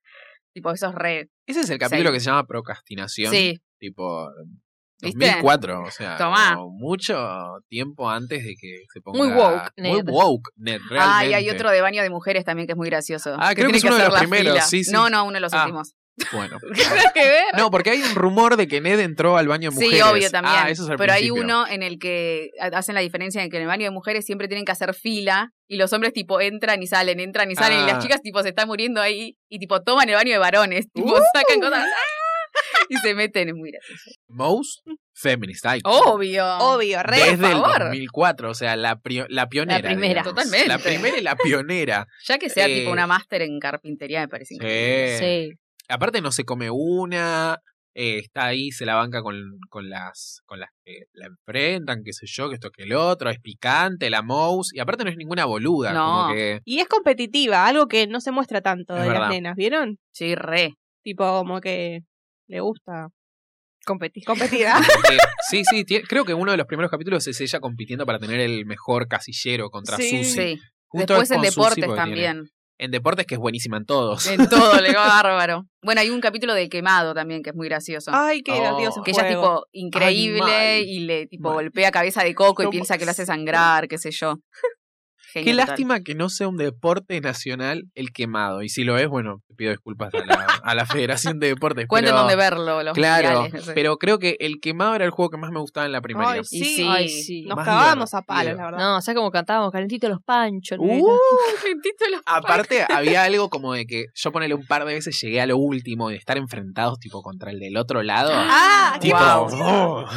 Speaker 2: Tipo, eso es re.
Speaker 1: Ese es el capítulo
Speaker 2: Sí.
Speaker 1: que se llama procrastinación.
Speaker 2: Sí,
Speaker 1: Tipo...
Speaker 2: ¿Viste?
Speaker 1: 2004, o sea,
Speaker 2: Tomá.
Speaker 1: como mucho tiempo antes de que se ponga...
Speaker 4: Muy woke,
Speaker 1: Muy
Speaker 4: Ned.
Speaker 1: woke, Ned,
Speaker 2: Ah, y hay
Speaker 1: realmente.
Speaker 2: otro (laughs) de baño de mujeres también que es muy gracioso.
Speaker 1: Ah, creo que
Speaker 2: tiene
Speaker 1: es uno de
Speaker 2: hacer
Speaker 1: los
Speaker 2: la
Speaker 1: primeros,
Speaker 2: fila.
Speaker 1: sí, sí.
Speaker 2: No, no, uno de los
Speaker 1: Ah.
Speaker 2: últimos.
Speaker 1: Bueno.
Speaker 2: Nada que ver.
Speaker 1: No, porque hay un rumor de que Ned entró al baño de mujeres.
Speaker 2: Sí, obvio también.
Speaker 1: Ah, eso es al
Speaker 2: Pero hay
Speaker 1: principio.
Speaker 2: uno en el que ha- hacen la diferencia en que en el baño de mujeres siempre tienen que hacer fila y los hombres tipo entran y salen, entran y salen y
Speaker 1: Ah.
Speaker 2: las chicas tipo se están muriendo ahí y tipo toman el baño de varones, (laughs) tipo sacan cosas
Speaker 1: Uh.
Speaker 2: ¡ah! y se meten, es muy gracioso.
Speaker 1: Most Feminist Icon.
Speaker 2: Obvio.
Speaker 3: Obvio, re.
Speaker 2: por
Speaker 1: Desde el
Speaker 2: favor.
Speaker 1: 2004, o sea, la, prio- la pionera.
Speaker 4: primera.
Speaker 1: digamos.
Speaker 2: Totalmente.
Speaker 1: La primera y
Speaker 2: (laughs)
Speaker 1: la pionera.
Speaker 2: Ya que sea
Speaker 1: Eh.
Speaker 2: tipo una máster en carpintería me parece increíble.
Speaker 1: Sí.
Speaker 4: Sí.
Speaker 1: Aparte no se come una, eh, está ahí, se la banca con, con las con las que la enfrentan, qué sé yo, que esto que el otro, es picante, la mouse, y aparte no es ninguna boluda,
Speaker 2: No.
Speaker 1: como que...
Speaker 3: Y es competitiva, algo que no se muestra tanto
Speaker 1: Es
Speaker 3: de
Speaker 1: verdad.
Speaker 3: las nenas, ¿vieron?
Speaker 2: Sí, re.
Speaker 3: Tipo, como que le gusta
Speaker 4: Competir.
Speaker 3: competir.
Speaker 2: (laughs)
Speaker 1: Eh, sí, sí, tie- creo que uno de los primeros capítulos es ella compitiendo para tener el mejor casillero contra
Speaker 3: Sí.
Speaker 1: Susie.
Speaker 2: Sí.
Speaker 1: Justo
Speaker 2: Después
Speaker 1: es
Speaker 2: en
Speaker 1: con Susie
Speaker 2: deportes
Speaker 1: porque tiene-
Speaker 2: también.
Speaker 1: En deportes que es buenísima en todos.
Speaker 2: En todo, le va bárbaro. Bueno, hay un capítulo de quemado también que es muy gracioso.
Speaker 3: Ay, qué
Speaker 1: Oh.
Speaker 3: divertido ese
Speaker 2: Que ella es
Speaker 3: juego.
Speaker 2: tipo increíble
Speaker 1: Ay, mal.
Speaker 2: y le tipo
Speaker 1: Mal.
Speaker 2: golpea cabeza de coco y
Speaker 1: No
Speaker 2: piensa que lo
Speaker 1: más.
Speaker 2: hace sangrar, qué sé yo. Genio
Speaker 1: Qué
Speaker 2: total.
Speaker 1: lástima que no sea un deporte nacional el quemado. Y si lo es, bueno, te pido disculpas a la, a la Federación de
Speaker 4: (laughs)
Speaker 1: Deportes.
Speaker 2: Cuenten
Speaker 1: pero-
Speaker 2: dónde verlo, los
Speaker 1: Claro,
Speaker 2: mundiales, no sé.
Speaker 1: pero creo que el quemado era el juego que más me gustaba en la primaria.
Speaker 3: Ay,
Speaker 2: Y
Speaker 3: sí.
Speaker 2: sí.
Speaker 4: Ay, sí.
Speaker 3: Nos
Speaker 1: Más
Speaker 3: cagábamos a
Speaker 1: divertido.
Speaker 3: palos, la verdad.
Speaker 4: No, o sea, como cantábamos calentito los panchos. nena. (laughs)
Speaker 1: Uh,
Speaker 2: Calentito los
Speaker 1: aparte, había algo como de que yo ponele un par de veces llegué a lo último de estar enfrentados tipo contra el del otro lado.
Speaker 3: Ah, qué
Speaker 1: Tipo,
Speaker 2: Guau.
Speaker 1: oh,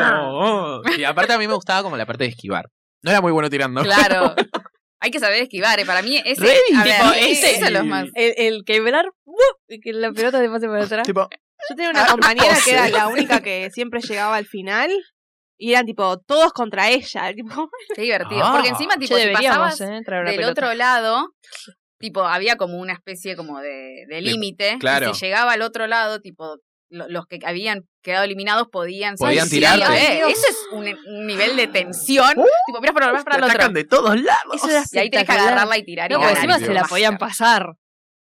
Speaker 1: oh. Y aparte a mí me gustaba como la parte de esquivar. No era muy bueno tirando.
Speaker 2: Claro. Hay que saber esquivar, eh, para mí ese,
Speaker 1: Re
Speaker 2: a ver,
Speaker 4: difícil.
Speaker 2: ese es los más.
Speaker 4: El, el quebrar. ¡buah! y que la pelota te pase para atrás.
Speaker 1: Tipo,
Speaker 3: Yo tenía una
Speaker 1: Ah,
Speaker 3: compañera
Speaker 1: pose.
Speaker 3: que era la única que siempre llegaba al final y eran tipo todos contra ella. (laughs) Tipo,
Speaker 2: Qué divertido.
Speaker 1: Ah.
Speaker 2: Porque encima (laughs) tipo si
Speaker 4: Che, deberíamos,
Speaker 2: pasabas
Speaker 4: eh, traer una
Speaker 2: del
Speaker 4: pelota.
Speaker 2: otro lado, tipo había como una especie como de, de límite. y
Speaker 1: claro.
Speaker 2: Si llegaba al otro lado, tipo lo- los que habían quedado eliminados podían
Speaker 1: Podían
Speaker 2: Ay,
Speaker 1: tirarte.
Speaker 2: eh,
Speaker 4: Dios.
Speaker 2: Eso es un, un nivel de tensión.
Speaker 1: Uh.
Speaker 2: tipo, miras para, mirás para el
Speaker 1: te
Speaker 2: otro.
Speaker 1: atacan de todos lados.
Speaker 4: Eso era
Speaker 2: Y ahí tenés que
Speaker 4: espectacular.
Speaker 2: agarrarla y tirar.
Speaker 4: No,
Speaker 2: y
Speaker 1: Ay,
Speaker 4: pero
Speaker 2: ganar.
Speaker 4: encima
Speaker 1: Dios.
Speaker 4: se la podían pasar.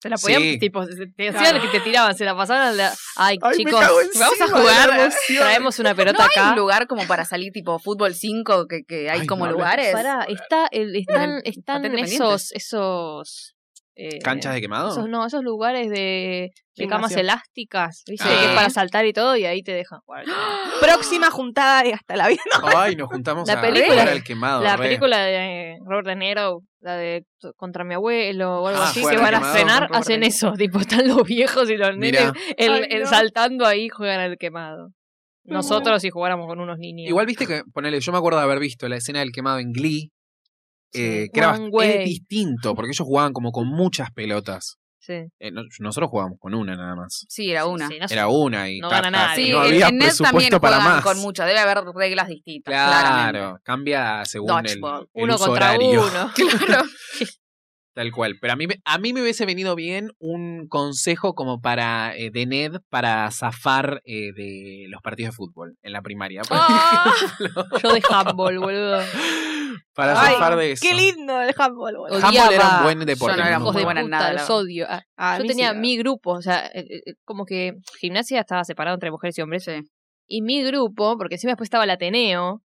Speaker 4: Se la podían,
Speaker 1: Sí.
Speaker 4: tipo, se- se- te-
Speaker 2: Claro.
Speaker 4: hacían que te tiraban, se la pasaban. a la- Ay,
Speaker 1: Ay, me
Speaker 4: chicos,
Speaker 1: cago
Speaker 4: vamos a
Speaker 1: encima de la
Speaker 4: jugar,
Speaker 1: emoción.
Speaker 4: traemos una pelota
Speaker 2: ¿No hay
Speaker 4: acá.
Speaker 2: un lugar como para salir tipo fútbol 5 que, que hay
Speaker 1: Ay,
Speaker 2: como
Speaker 1: no,
Speaker 2: lugares?
Speaker 4: Pará, está, el- están,
Speaker 2: el
Speaker 4: están
Speaker 2: patente
Speaker 4: esos, esos... eh,
Speaker 1: ¿Canchas de quemado?
Speaker 4: Esos, no, esos lugares de, de camas
Speaker 3: Gimnasio.
Speaker 4: elásticas, ¿viste?
Speaker 1: Ah.
Speaker 4: Que es para saltar y todo, y ahí te dejan jugar.
Speaker 1: (gasps)
Speaker 3: próxima juntada de hasta la vida.
Speaker 1: Ay, nos juntamos
Speaker 4: La
Speaker 1: a
Speaker 4: película-
Speaker 1: jugar al quemado.
Speaker 4: la
Speaker 1: Ah, re.
Speaker 4: película de eh, Robert De Niro, la de t- Contra mi abuelo o algo
Speaker 1: Ah,
Speaker 4: así,
Speaker 1: juegan
Speaker 4: que van
Speaker 1: al
Speaker 4: a
Speaker 1: quemado
Speaker 4: cenar,
Speaker 2: contra Robert
Speaker 4: hacen
Speaker 2: De
Speaker 4: eso. (laughs) Tipo, están los viejos y los
Speaker 1: Mirá.
Speaker 4: nenes el-
Speaker 3: Ay,
Speaker 4: el
Speaker 3: no.
Speaker 4: saltando ahí juegan al quemado.
Speaker 3: No.
Speaker 4: Nosotros si jugáramos con unos niños.
Speaker 1: Igual viste que, ponele, yo me acuerdo de haber visto la escena del quemado en Glee, eh,
Speaker 4: Sí.
Speaker 1: que era
Speaker 4: One
Speaker 1: bast-
Speaker 4: way.
Speaker 1: es distinto, porque ellos jugaban como con muchas pelotas.
Speaker 4: Sí.
Speaker 1: Eh, no- nosotros jugábamos con una nada más.
Speaker 2: Sí, era una.
Speaker 4: Sí, Ah, sí, no sé.
Speaker 1: Era una y
Speaker 4: No
Speaker 1: ta,
Speaker 4: gana
Speaker 1: ta,
Speaker 4: nadie.
Speaker 2: Sí,
Speaker 1: no
Speaker 2: en-
Speaker 1: había
Speaker 2: en Ned también
Speaker 1: presupuesto para
Speaker 2: juegan
Speaker 1: más.
Speaker 2: con mucho. Debe haber reglas distintas. claramente.
Speaker 1: claro, cambia según el,
Speaker 2: Dodgeball.
Speaker 1: el
Speaker 4: uno
Speaker 1: uso
Speaker 4: contra
Speaker 1: horario, (laughs)
Speaker 4: uno. (laughs)
Speaker 2: Claro.
Speaker 1: tal cual. Pero a mí, me- a mí me hubiese venido bien un consejo como para eh, de Ned para zafar eh, de los partidos de fútbol en la primaria.
Speaker 2: Ah,
Speaker 4: Yo de handball, boludo.
Speaker 1: (laughs) para
Speaker 3: Ay,
Speaker 1: zafar de eso.
Speaker 3: Qué lindo el handball, boludo.
Speaker 1: Handball
Speaker 4: Odiaba.
Speaker 1: era un buen deporte.
Speaker 2: Yo no era
Speaker 1: me
Speaker 4: Hijos
Speaker 2: muy
Speaker 1: acuerdo.
Speaker 4: de
Speaker 2: buena en
Speaker 4: puta,
Speaker 2: nada, la
Speaker 4: los
Speaker 2: verdad.
Speaker 4: odio. Ah,
Speaker 3: A
Speaker 4: yo
Speaker 3: mí
Speaker 4: tenía
Speaker 3: sí,
Speaker 4: mi grupo, o sea, eh, eh, como que gimnasia estaba separada entre mujeres y hombres. eh,
Speaker 2: Sí.
Speaker 4: Y mi grupo, porque encima después estaba el Ateneo.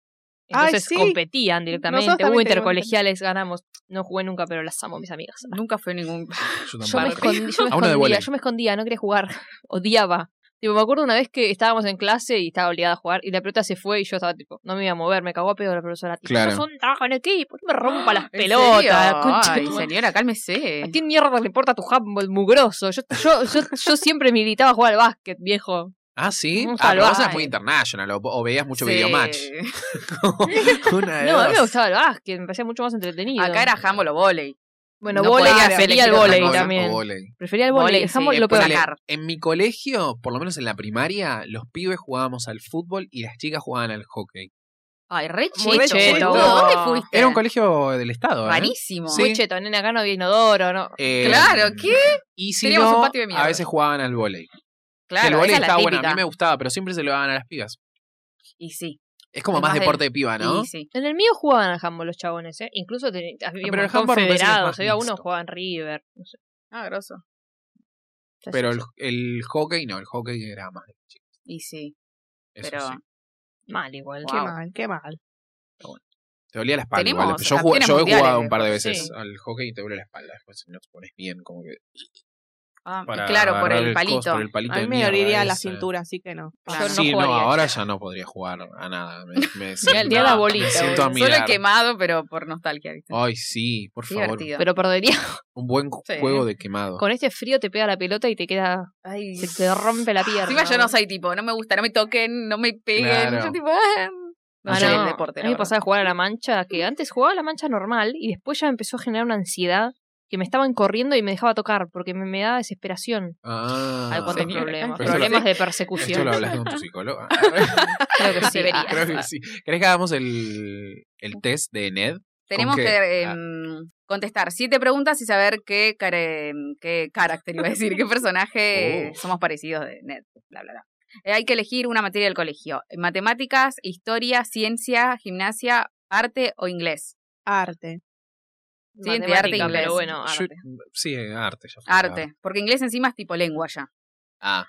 Speaker 3: Ay,
Speaker 4: Entonces
Speaker 3: sí.
Speaker 4: competían directamente.
Speaker 3: Nosotros
Speaker 4: Hubo
Speaker 3: también teníamos
Speaker 4: intercolegiales, ganamos. No jugué nunca, pero las amo, mis amigas.
Speaker 2: Nunca fue ningún.
Speaker 1: Yo
Speaker 4: Yo me,
Speaker 1: tampoco.
Speaker 4: escondí- yo me
Speaker 1: (laughs) A uno de
Speaker 4: escondía,
Speaker 1: vóley.
Speaker 4: yo me escondía, no quería jugar. (laughs) Odiaba. Tipo, me acuerdo una vez que estábamos en clase y estaba obligada a jugar y la pelota se fue y yo estaba tipo, no me iba a mover, me cagó a pedo la profesora. Tipo,
Speaker 1: Claro.
Speaker 4: "Sos un trabajo en equipo, no me rompa las
Speaker 2: ¿En
Speaker 4: pelotas.
Speaker 2: serio?
Speaker 4: concha de
Speaker 2: Ay,
Speaker 4: tu madre".
Speaker 2: señora, cálmese.
Speaker 4: ¿A quién mierda le importa tu handball mugroso? Yo, yo, yo, yo siempre militaba a jugar al básquet, viejo.
Speaker 1: Ah, sí.
Speaker 4: Un
Speaker 1: Ah, pero vos
Speaker 4: salvaje.
Speaker 1: eras muy international o, o veías mucho
Speaker 2: Sí. (laughs)
Speaker 1: video (laughs) match. Una de
Speaker 4: No, a mí me
Speaker 1: dos.
Speaker 4: gustaba el básquet, me parecía mucho más entretenido.
Speaker 2: Acá era handball o volei.
Speaker 4: Bueno,
Speaker 2: no
Speaker 4: vóley,
Speaker 2: podía,
Speaker 4: prefería
Speaker 2: se
Speaker 4: el
Speaker 2: le
Speaker 4: vóley
Speaker 2: quedó
Speaker 1: Vóley o
Speaker 4: también.
Speaker 1: vóley.
Speaker 4: Prefería el vóley,
Speaker 2: Vóley,
Speaker 4: el
Speaker 2: sí,
Speaker 4: handball
Speaker 2: le
Speaker 4: lo
Speaker 2: pone
Speaker 4: peor.
Speaker 1: Ponele,
Speaker 2: sacar.
Speaker 1: En mi colegio, por lo menos en la primaria, los pibes jugábamos al fútbol y las chicas jugaban al hockey.
Speaker 2: Ay, re cheto.
Speaker 4: Muy cheto.
Speaker 2: boludo. ¿Dónde fuiste?
Speaker 1: Era un colegio del estado, ¿eh?
Speaker 2: Eh, Rarísimo.
Speaker 1: Sí.
Speaker 4: Muy cheto, nena, acá no había inodoro, no.
Speaker 1: Eh,
Speaker 2: Claro, ¿qué?
Speaker 1: Y si
Speaker 2: Teníamos
Speaker 1: no,
Speaker 2: un patio de mierda.
Speaker 1: a veces jugaban al vóley.
Speaker 2: Claro,
Speaker 1: el vóley
Speaker 2: esa es la
Speaker 1: estaba bueno,
Speaker 2: típica.
Speaker 1: a mí me gustaba, pero siempre se lo daban a las pibas.
Speaker 2: Y sí,
Speaker 1: Es como
Speaker 2: Es
Speaker 1: más
Speaker 2: más de-
Speaker 1: deporte de piba, ¿no?
Speaker 2: y sí.
Speaker 4: En el mío jugaban al handball los chabones, ¿eh? Incluso ten- había
Speaker 1: Ah, pero el
Speaker 4: un montón
Speaker 1: handball me parece que es
Speaker 4: federados,
Speaker 1: más
Speaker 4: había uno
Speaker 1: mixto.
Speaker 4: que jugaba en River. no sé.
Speaker 2: Ah, grosso.
Speaker 4: Ya
Speaker 1: Pero
Speaker 4: sé,
Speaker 1: el, el hockey no, el hockey era más de chicas.
Speaker 2: Y sí.
Speaker 1: Eso
Speaker 2: Pero-
Speaker 1: sí.
Speaker 4: Mal igual.
Speaker 2: Wow.
Speaker 3: Qué mal, qué mal.
Speaker 1: Te dolía la espalda.
Speaker 2: Tenemos
Speaker 1: igual. Yo, jugué-
Speaker 2: campeones
Speaker 1: yo he
Speaker 2: mundiales
Speaker 1: jugado un
Speaker 2: de
Speaker 1: par de
Speaker 2: hockey,
Speaker 1: veces
Speaker 4: sí.
Speaker 1: al hockey y te duele la espalda. Después si no te pones bien, como que.
Speaker 2: Ah,
Speaker 1: para
Speaker 2: claro, por
Speaker 1: agarrar
Speaker 2: el palito.
Speaker 1: coso, por el palito
Speaker 3: A mí
Speaker 1: de
Speaker 3: me
Speaker 1: mierda
Speaker 3: doliría la
Speaker 1: ese.
Speaker 3: cintura, así que no.
Speaker 4: Yo no
Speaker 1: sí, no,
Speaker 4: jugaría.
Speaker 1: ahora ya no podría jugar a nada. Me, me siento,
Speaker 4: Ni a la bolita,
Speaker 1: me siento a
Speaker 4: boludo.
Speaker 2: Solo
Speaker 1: mirar.
Speaker 2: el quemado, pero por nostalgia. ¿viste?
Speaker 1: Ay, sí, por favor.
Speaker 2: Divertido.
Speaker 4: Pero perdería.
Speaker 1: (laughs) Un buen
Speaker 2: Sí.
Speaker 1: juego de quemado.
Speaker 4: Con este frío te pega la pelota y te queda.
Speaker 2: Ay,
Speaker 4: Se te rompe la pierna.
Speaker 2: Encima yo no soy tipo, no me gusta, no me toquen, no me peguen.
Speaker 1: Claro.
Speaker 2: Yo tipo, ah, no
Speaker 4: Ah,
Speaker 2: soy
Speaker 4: no.
Speaker 2: el deporte.
Speaker 4: A
Speaker 2: la
Speaker 4: mí me
Speaker 2: verdad.
Speaker 4: pasaba a jugar a la mancha, que antes jugaba a la mancha normal y después ya empezó a generar una ansiedad que me estaban corriendo y me dejaba tocar porque me, me daba desesperación.
Speaker 1: Ah,
Speaker 4: Hay cuántos
Speaker 2: Señora,
Speaker 4: problemas.
Speaker 1: esto lo-
Speaker 4: Problemas de
Speaker 1: Esto
Speaker 4: persecución.
Speaker 1: lo hablaste con tu psicóloga.
Speaker 4: (laughs) Creo que sí. Ah,
Speaker 2: Debería.
Speaker 1: Ah. (laughs) Creo que sí. ¿Querés que hagamos el, el test de Ned?
Speaker 2: Tenemos
Speaker 1: qué?
Speaker 2: que
Speaker 4: ah.
Speaker 2: em, contestar siete preguntas y saber qué, care- qué carácter, iba a decir, qué personaje
Speaker 1: Oh.
Speaker 2: somos parecidos de Ned, bla, bla, bla. Eh, hay que elegir una materia del colegio. Matemáticas, historia, ciencia, gimnasia, arte o inglés.
Speaker 3: Arte.
Speaker 2: Sí, de arte
Speaker 4: Matemática,
Speaker 2: inglés.
Speaker 4: Pero bueno,
Speaker 1: Yo-
Speaker 4: arte.
Speaker 1: sí, arte. ya fue.
Speaker 4: Ah.
Speaker 2: Arte, porque inglés encima es tipo lengua ya.
Speaker 1: Ah,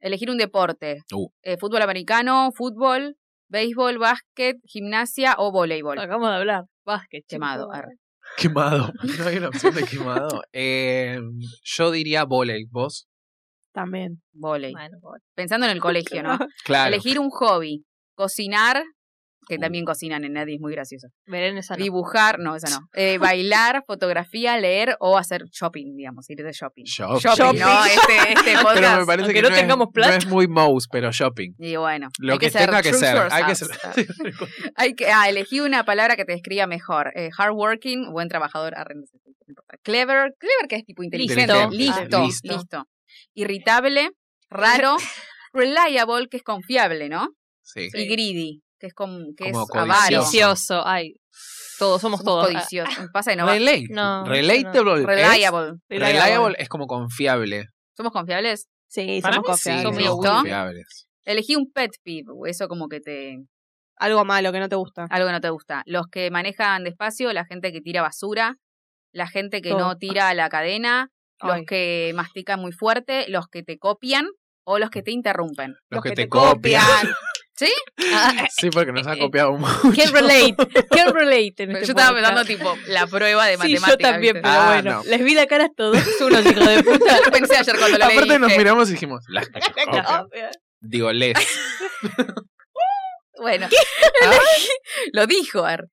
Speaker 2: Elegir un deporte.
Speaker 1: Uh.
Speaker 2: Eh, fútbol americano, fútbol, béisbol, básquet, gimnasia o voleibol.
Speaker 4: Acabamos de hablar. Básquet, chicos.
Speaker 2: Quemado. arre.
Speaker 1: quemado. (laughs) No hay una opción de quemado. Eh, yo diría volei. ¿Vos?
Speaker 3: También.
Speaker 2: Volei.
Speaker 4: Bueno, bueno.
Speaker 2: Pensando en el colegio, ¿no?
Speaker 1: Claro.
Speaker 2: Elegir un hobby. Cocinar, que
Speaker 1: Uh.
Speaker 2: también cocinan en Nadie, es muy gracioso.
Speaker 4: Belén esa no.
Speaker 2: Dibujar, no, esa no. Eh, bailar, fotografía, leer o hacer shopping, digamos, ir de shopping.
Speaker 1: Shopping.
Speaker 2: No, este, este
Speaker 1: Pero me
Speaker 2: podcast.
Speaker 1: parece
Speaker 4: Aunque
Speaker 1: que
Speaker 4: no
Speaker 1: es-
Speaker 4: tengamos plata.
Speaker 1: No es muy mouse, pero shopping.
Speaker 2: Y bueno,
Speaker 1: Lo
Speaker 2: hay
Speaker 1: que,
Speaker 2: que, ser
Speaker 1: tenga que
Speaker 2: true
Speaker 1: ser.
Speaker 2: to
Speaker 1: Hay que ser. (laughs)
Speaker 2: yourself. (laughs) Hay que, ah, elegí una palabra que te describa mejor. Eh, hardworking, buen trabajador. arre, no sé, no importa. Clever, clever que es tipo inteligente.
Speaker 4: Listo.
Speaker 2: Listo,
Speaker 1: Ah,
Speaker 2: listo.
Speaker 1: listo.
Speaker 2: Irritable, raro. Reliable, que es confiable, ¿no?
Speaker 1: Sí.
Speaker 2: Y greedy, que es, con, que
Speaker 1: Como
Speaker 2: es avaro.
Speaker 1: codicioso.
Speaker 4: Codicioso. Ay, todos, somos,
Speaker 2: Somos
Speaker 4: todos. Ah,
Speaker 2: codiciosos. Pasa de no.
Speaker 1: Relate.
Speaker 4: No,
Speaker 1: Relatable. es-
Speaker 2: Reliable.
Speaker 1: Reliable. es como confiable.
Speaker 2: ¿Somos confiables?
Speaker 3: Sí,
Speaker 1: Para
Speaker 3: somos
Speaker 1: mí sí,
Speaker 3: confiables.
Speaker 4: Son medio
Speaker 1: somos
Speaker 2: ¿Listo?
Speaker 1: confiables.
Speaker 2: Elegí un pet peeve, eso como que te
Speaker 3: Algo malo que no te gusta.
Speaker 2: algo que no te gusta. Los que manejan despacio, la gente que tira basura, la gente que
Speaker 3: Todo.
Speaker 2: no tira a la cadena,
Speaker 3: Ay.
Speaker 2: los que mastican muy fuerte, los que te copian o los que te interrumpen.
Speaker 1: Los que, te copian.
Speaker 4: ah,
Speaker 1: (laughs) Sí, porque nos han copiado mucho.
Speaker 4: Can
Speaker 2: (laughs)
Speaker 4: relate. Can relate. en
Speaker 2: Pero
Speaker 4: este
Speaker 2: yo estaba
Speaker 4: podcast.
Speaker 2: pensando tipo la prueba de
Speaker 4: Sí,
Speaker 2: matemáticas.
Speaker 4: yo también,
Speaker 2: ¿viste?
Speaker 4: pero
Speaker 1: Ah,
Speaker 4: bueno.
Speaker 1: no.
Speaker 4: Les vi la cara a todos unos hijos de puta.
Speaker 2: (laughs) Yo lo pensé ayer cuando lo leí.
Speaker 1: Aparte nos
Speaker 2: dije,
Speaker 1: miramos y dijimos, las que te copian.
Speaker 4: Obvio.
Speaker 1: Digo, les.
Speaker 2: Bueno, (laughs) lo dijo. Ar.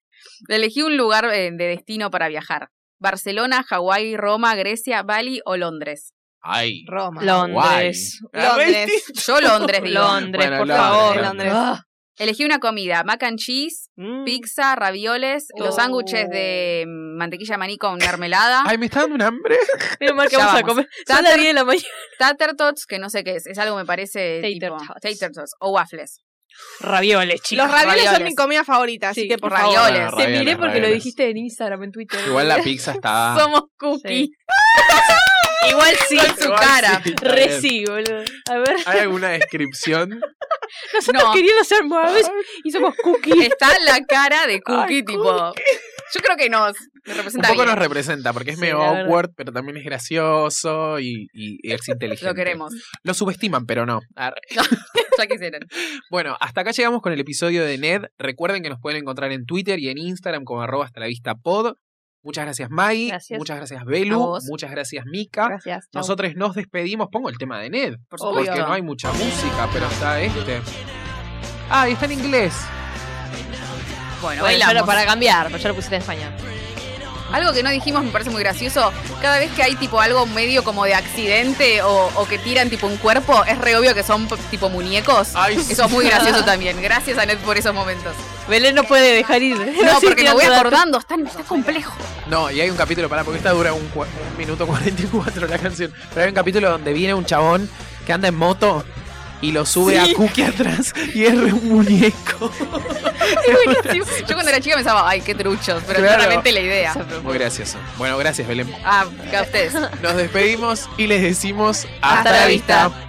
Speaker 2: Elegí un lugar eh, de destino para viajar. Barcelona, Hawái, Roma, Grecia, Bali o Londres.
Speaker 1: Ay.
Speaker 3: Roma.
Speaker 4: Londres.
Speaker 3: Londres.
Speaker 2: Yo
Speaker 4: (laughs)
Speaker 2: Londres digo.
Speaker 4: Londres,
Speaker 1: Bueno,
Speaker 4: por
Speaker 1: Londres,
Speaker 4: favor.
Speaker 3: Londres.
Speaker 4: Ah,
Speaker 2: Elegí una comida, mac and cheese,
Speaker 3: Mm.
Speaker 2: pizza, ravioles, los
Speaker 3: Oh.
Speaker 2: sándwiches de mm, mantequilla de maní con mermelada,
Speaker 1: Ay, me está dando un hambre.
Speaker 4: Menos mal que
Speaker 2: Ya
Speaker 4: vamos, a
Speaker 2: vamos.
Speaker 4: comer. Son las 10 de la mañana.
Speaker 2: tater tots, que no sé qué es, es algo me parece
Speaker 4: Tater
Speaker 2: tipo
Speaker 4: tots.
Speaker 2: tater tots o waffles.
Speaker 4: Ravioles,
Speaker 3: Los ravioles, son
Speaker 2: Ravioles.
Speaker 3: mi comida favorita, así
Speaker 4: Sí,
Speaker 3: que por
Speaker 2: ravioles.
Speaker 3: favor.
Speaker 1: Bueno,
Speaker 4: Te miré
Speaker 1: ravioles,
Speaker 4: porque lo
Speaker 1: ravioles.
Speaker 4: dijiste en Instagram, en Twitter.
Speaker 2: (laughs)
Speaker 1: Igual la pizza está.
Speaker 2: Somos cookie. Igual sí,
Speaker 4: Con
Speaker 2: en su
Speaker 1: Igual
Speaker 2: cara.
Speaker 1: sí, está bien.
Speaker 4: Re sí, boludo. A ver, (laughs)
Speaker 1: ¿Hay alguna descripción?
Speaker 4: nosotros
Speaker 2: No.
Speaker 4: queriendo ser moables y somos cookies.
Speaker 2: Está la cara de cookie, tipo. Yo creo que nos nos
Speaker 1: Un
Speaker 2: representa
Speaker 1: poco
Speaker 2: bien.
Speaker 1: nos representa, porque es
Speaker 4: Sí,
Speaker 1: medio
Speaker 4: la verdad.
Speaker 1: awkward, pero también es gracioso y, y es
Speaker 2: (laughs)
Speaker 1: inteligente.
Speaker 2: Lo queremos.
Speaker 1: Lo subestiman, pero no. Arre.
Speaker 2: Ya quisieran.
Speaker 1: Bueno, hasta acá llegamos con el episodio de Ned. Recuerden que nos pueden encontrar en Twitter y en Instagram como arroba hasta la vista pod. Muchas gracias, Maggie.
Speaker 4: Gracias.
Speaker 1: Muchas gracias,
Speaker 2: A
Speaker 1: Belu.
Speaker 2: vos.
Speaker 1: Muchas gracias, Mika.
Speaker 3: Gracias. chau.
Speaker 1: Nosotros nos despedimos. Pongo el tema de Ned.
Speaker 2: Por
Speaker 3: Obvio.
Speaker 2: supuesto.
Speaker 1: Porque no hay mucha música, pero está este. Ah, y está en inglés.
Speaker 2: Bueno,
Speaker 4: Bueno, yo
Speaker 2: Eh, bailamos.
Speaker 4: lo- para cambiar, pero yo lo puse en España.
Speaker 2: Algo que no dijimos me parece muy gracioso. Cada vez que hay tipo algo medio como de accidente o, o que tiran tipo un cuerpo, es re obvio que son p- tipo muñecos.
Speaker 1: Ay,
Speaker 2: Eso es muy (laughs) gracioso también. Gracias a Ned por esos momentos.
Speaker 4: Belén no puede dejar ir.
Speaker 2: No,
Speaker 4: Sí,
Speaker 2: porque me
Speaker 4: tirando
Speaker 2: voy
Speaker 4: datos.
Speaker 2: acordando. Está, está (laughs) complejo.
Speaker 1: No, y hay un capítulo, para porque esta dura un, cua- un minuto 44 la canción. Pero hay un capítulo donde viene un chabón que anda en moto y lo sube a Cookie atrás y es re un muñeco.
Speaker 2: Yo cuando era chica pensaba, ay, qué truchos. Pero
Speaker 1: Claro.
Speaker 2: claramente la idea.
Speaker 1: Muy gracioso. Bueno, gracias, Belén.
Speaker 2: Ah, a ustedes.
Speaker 1: Nos despedimos y les decimos
Speaker 2: Hasta la vista.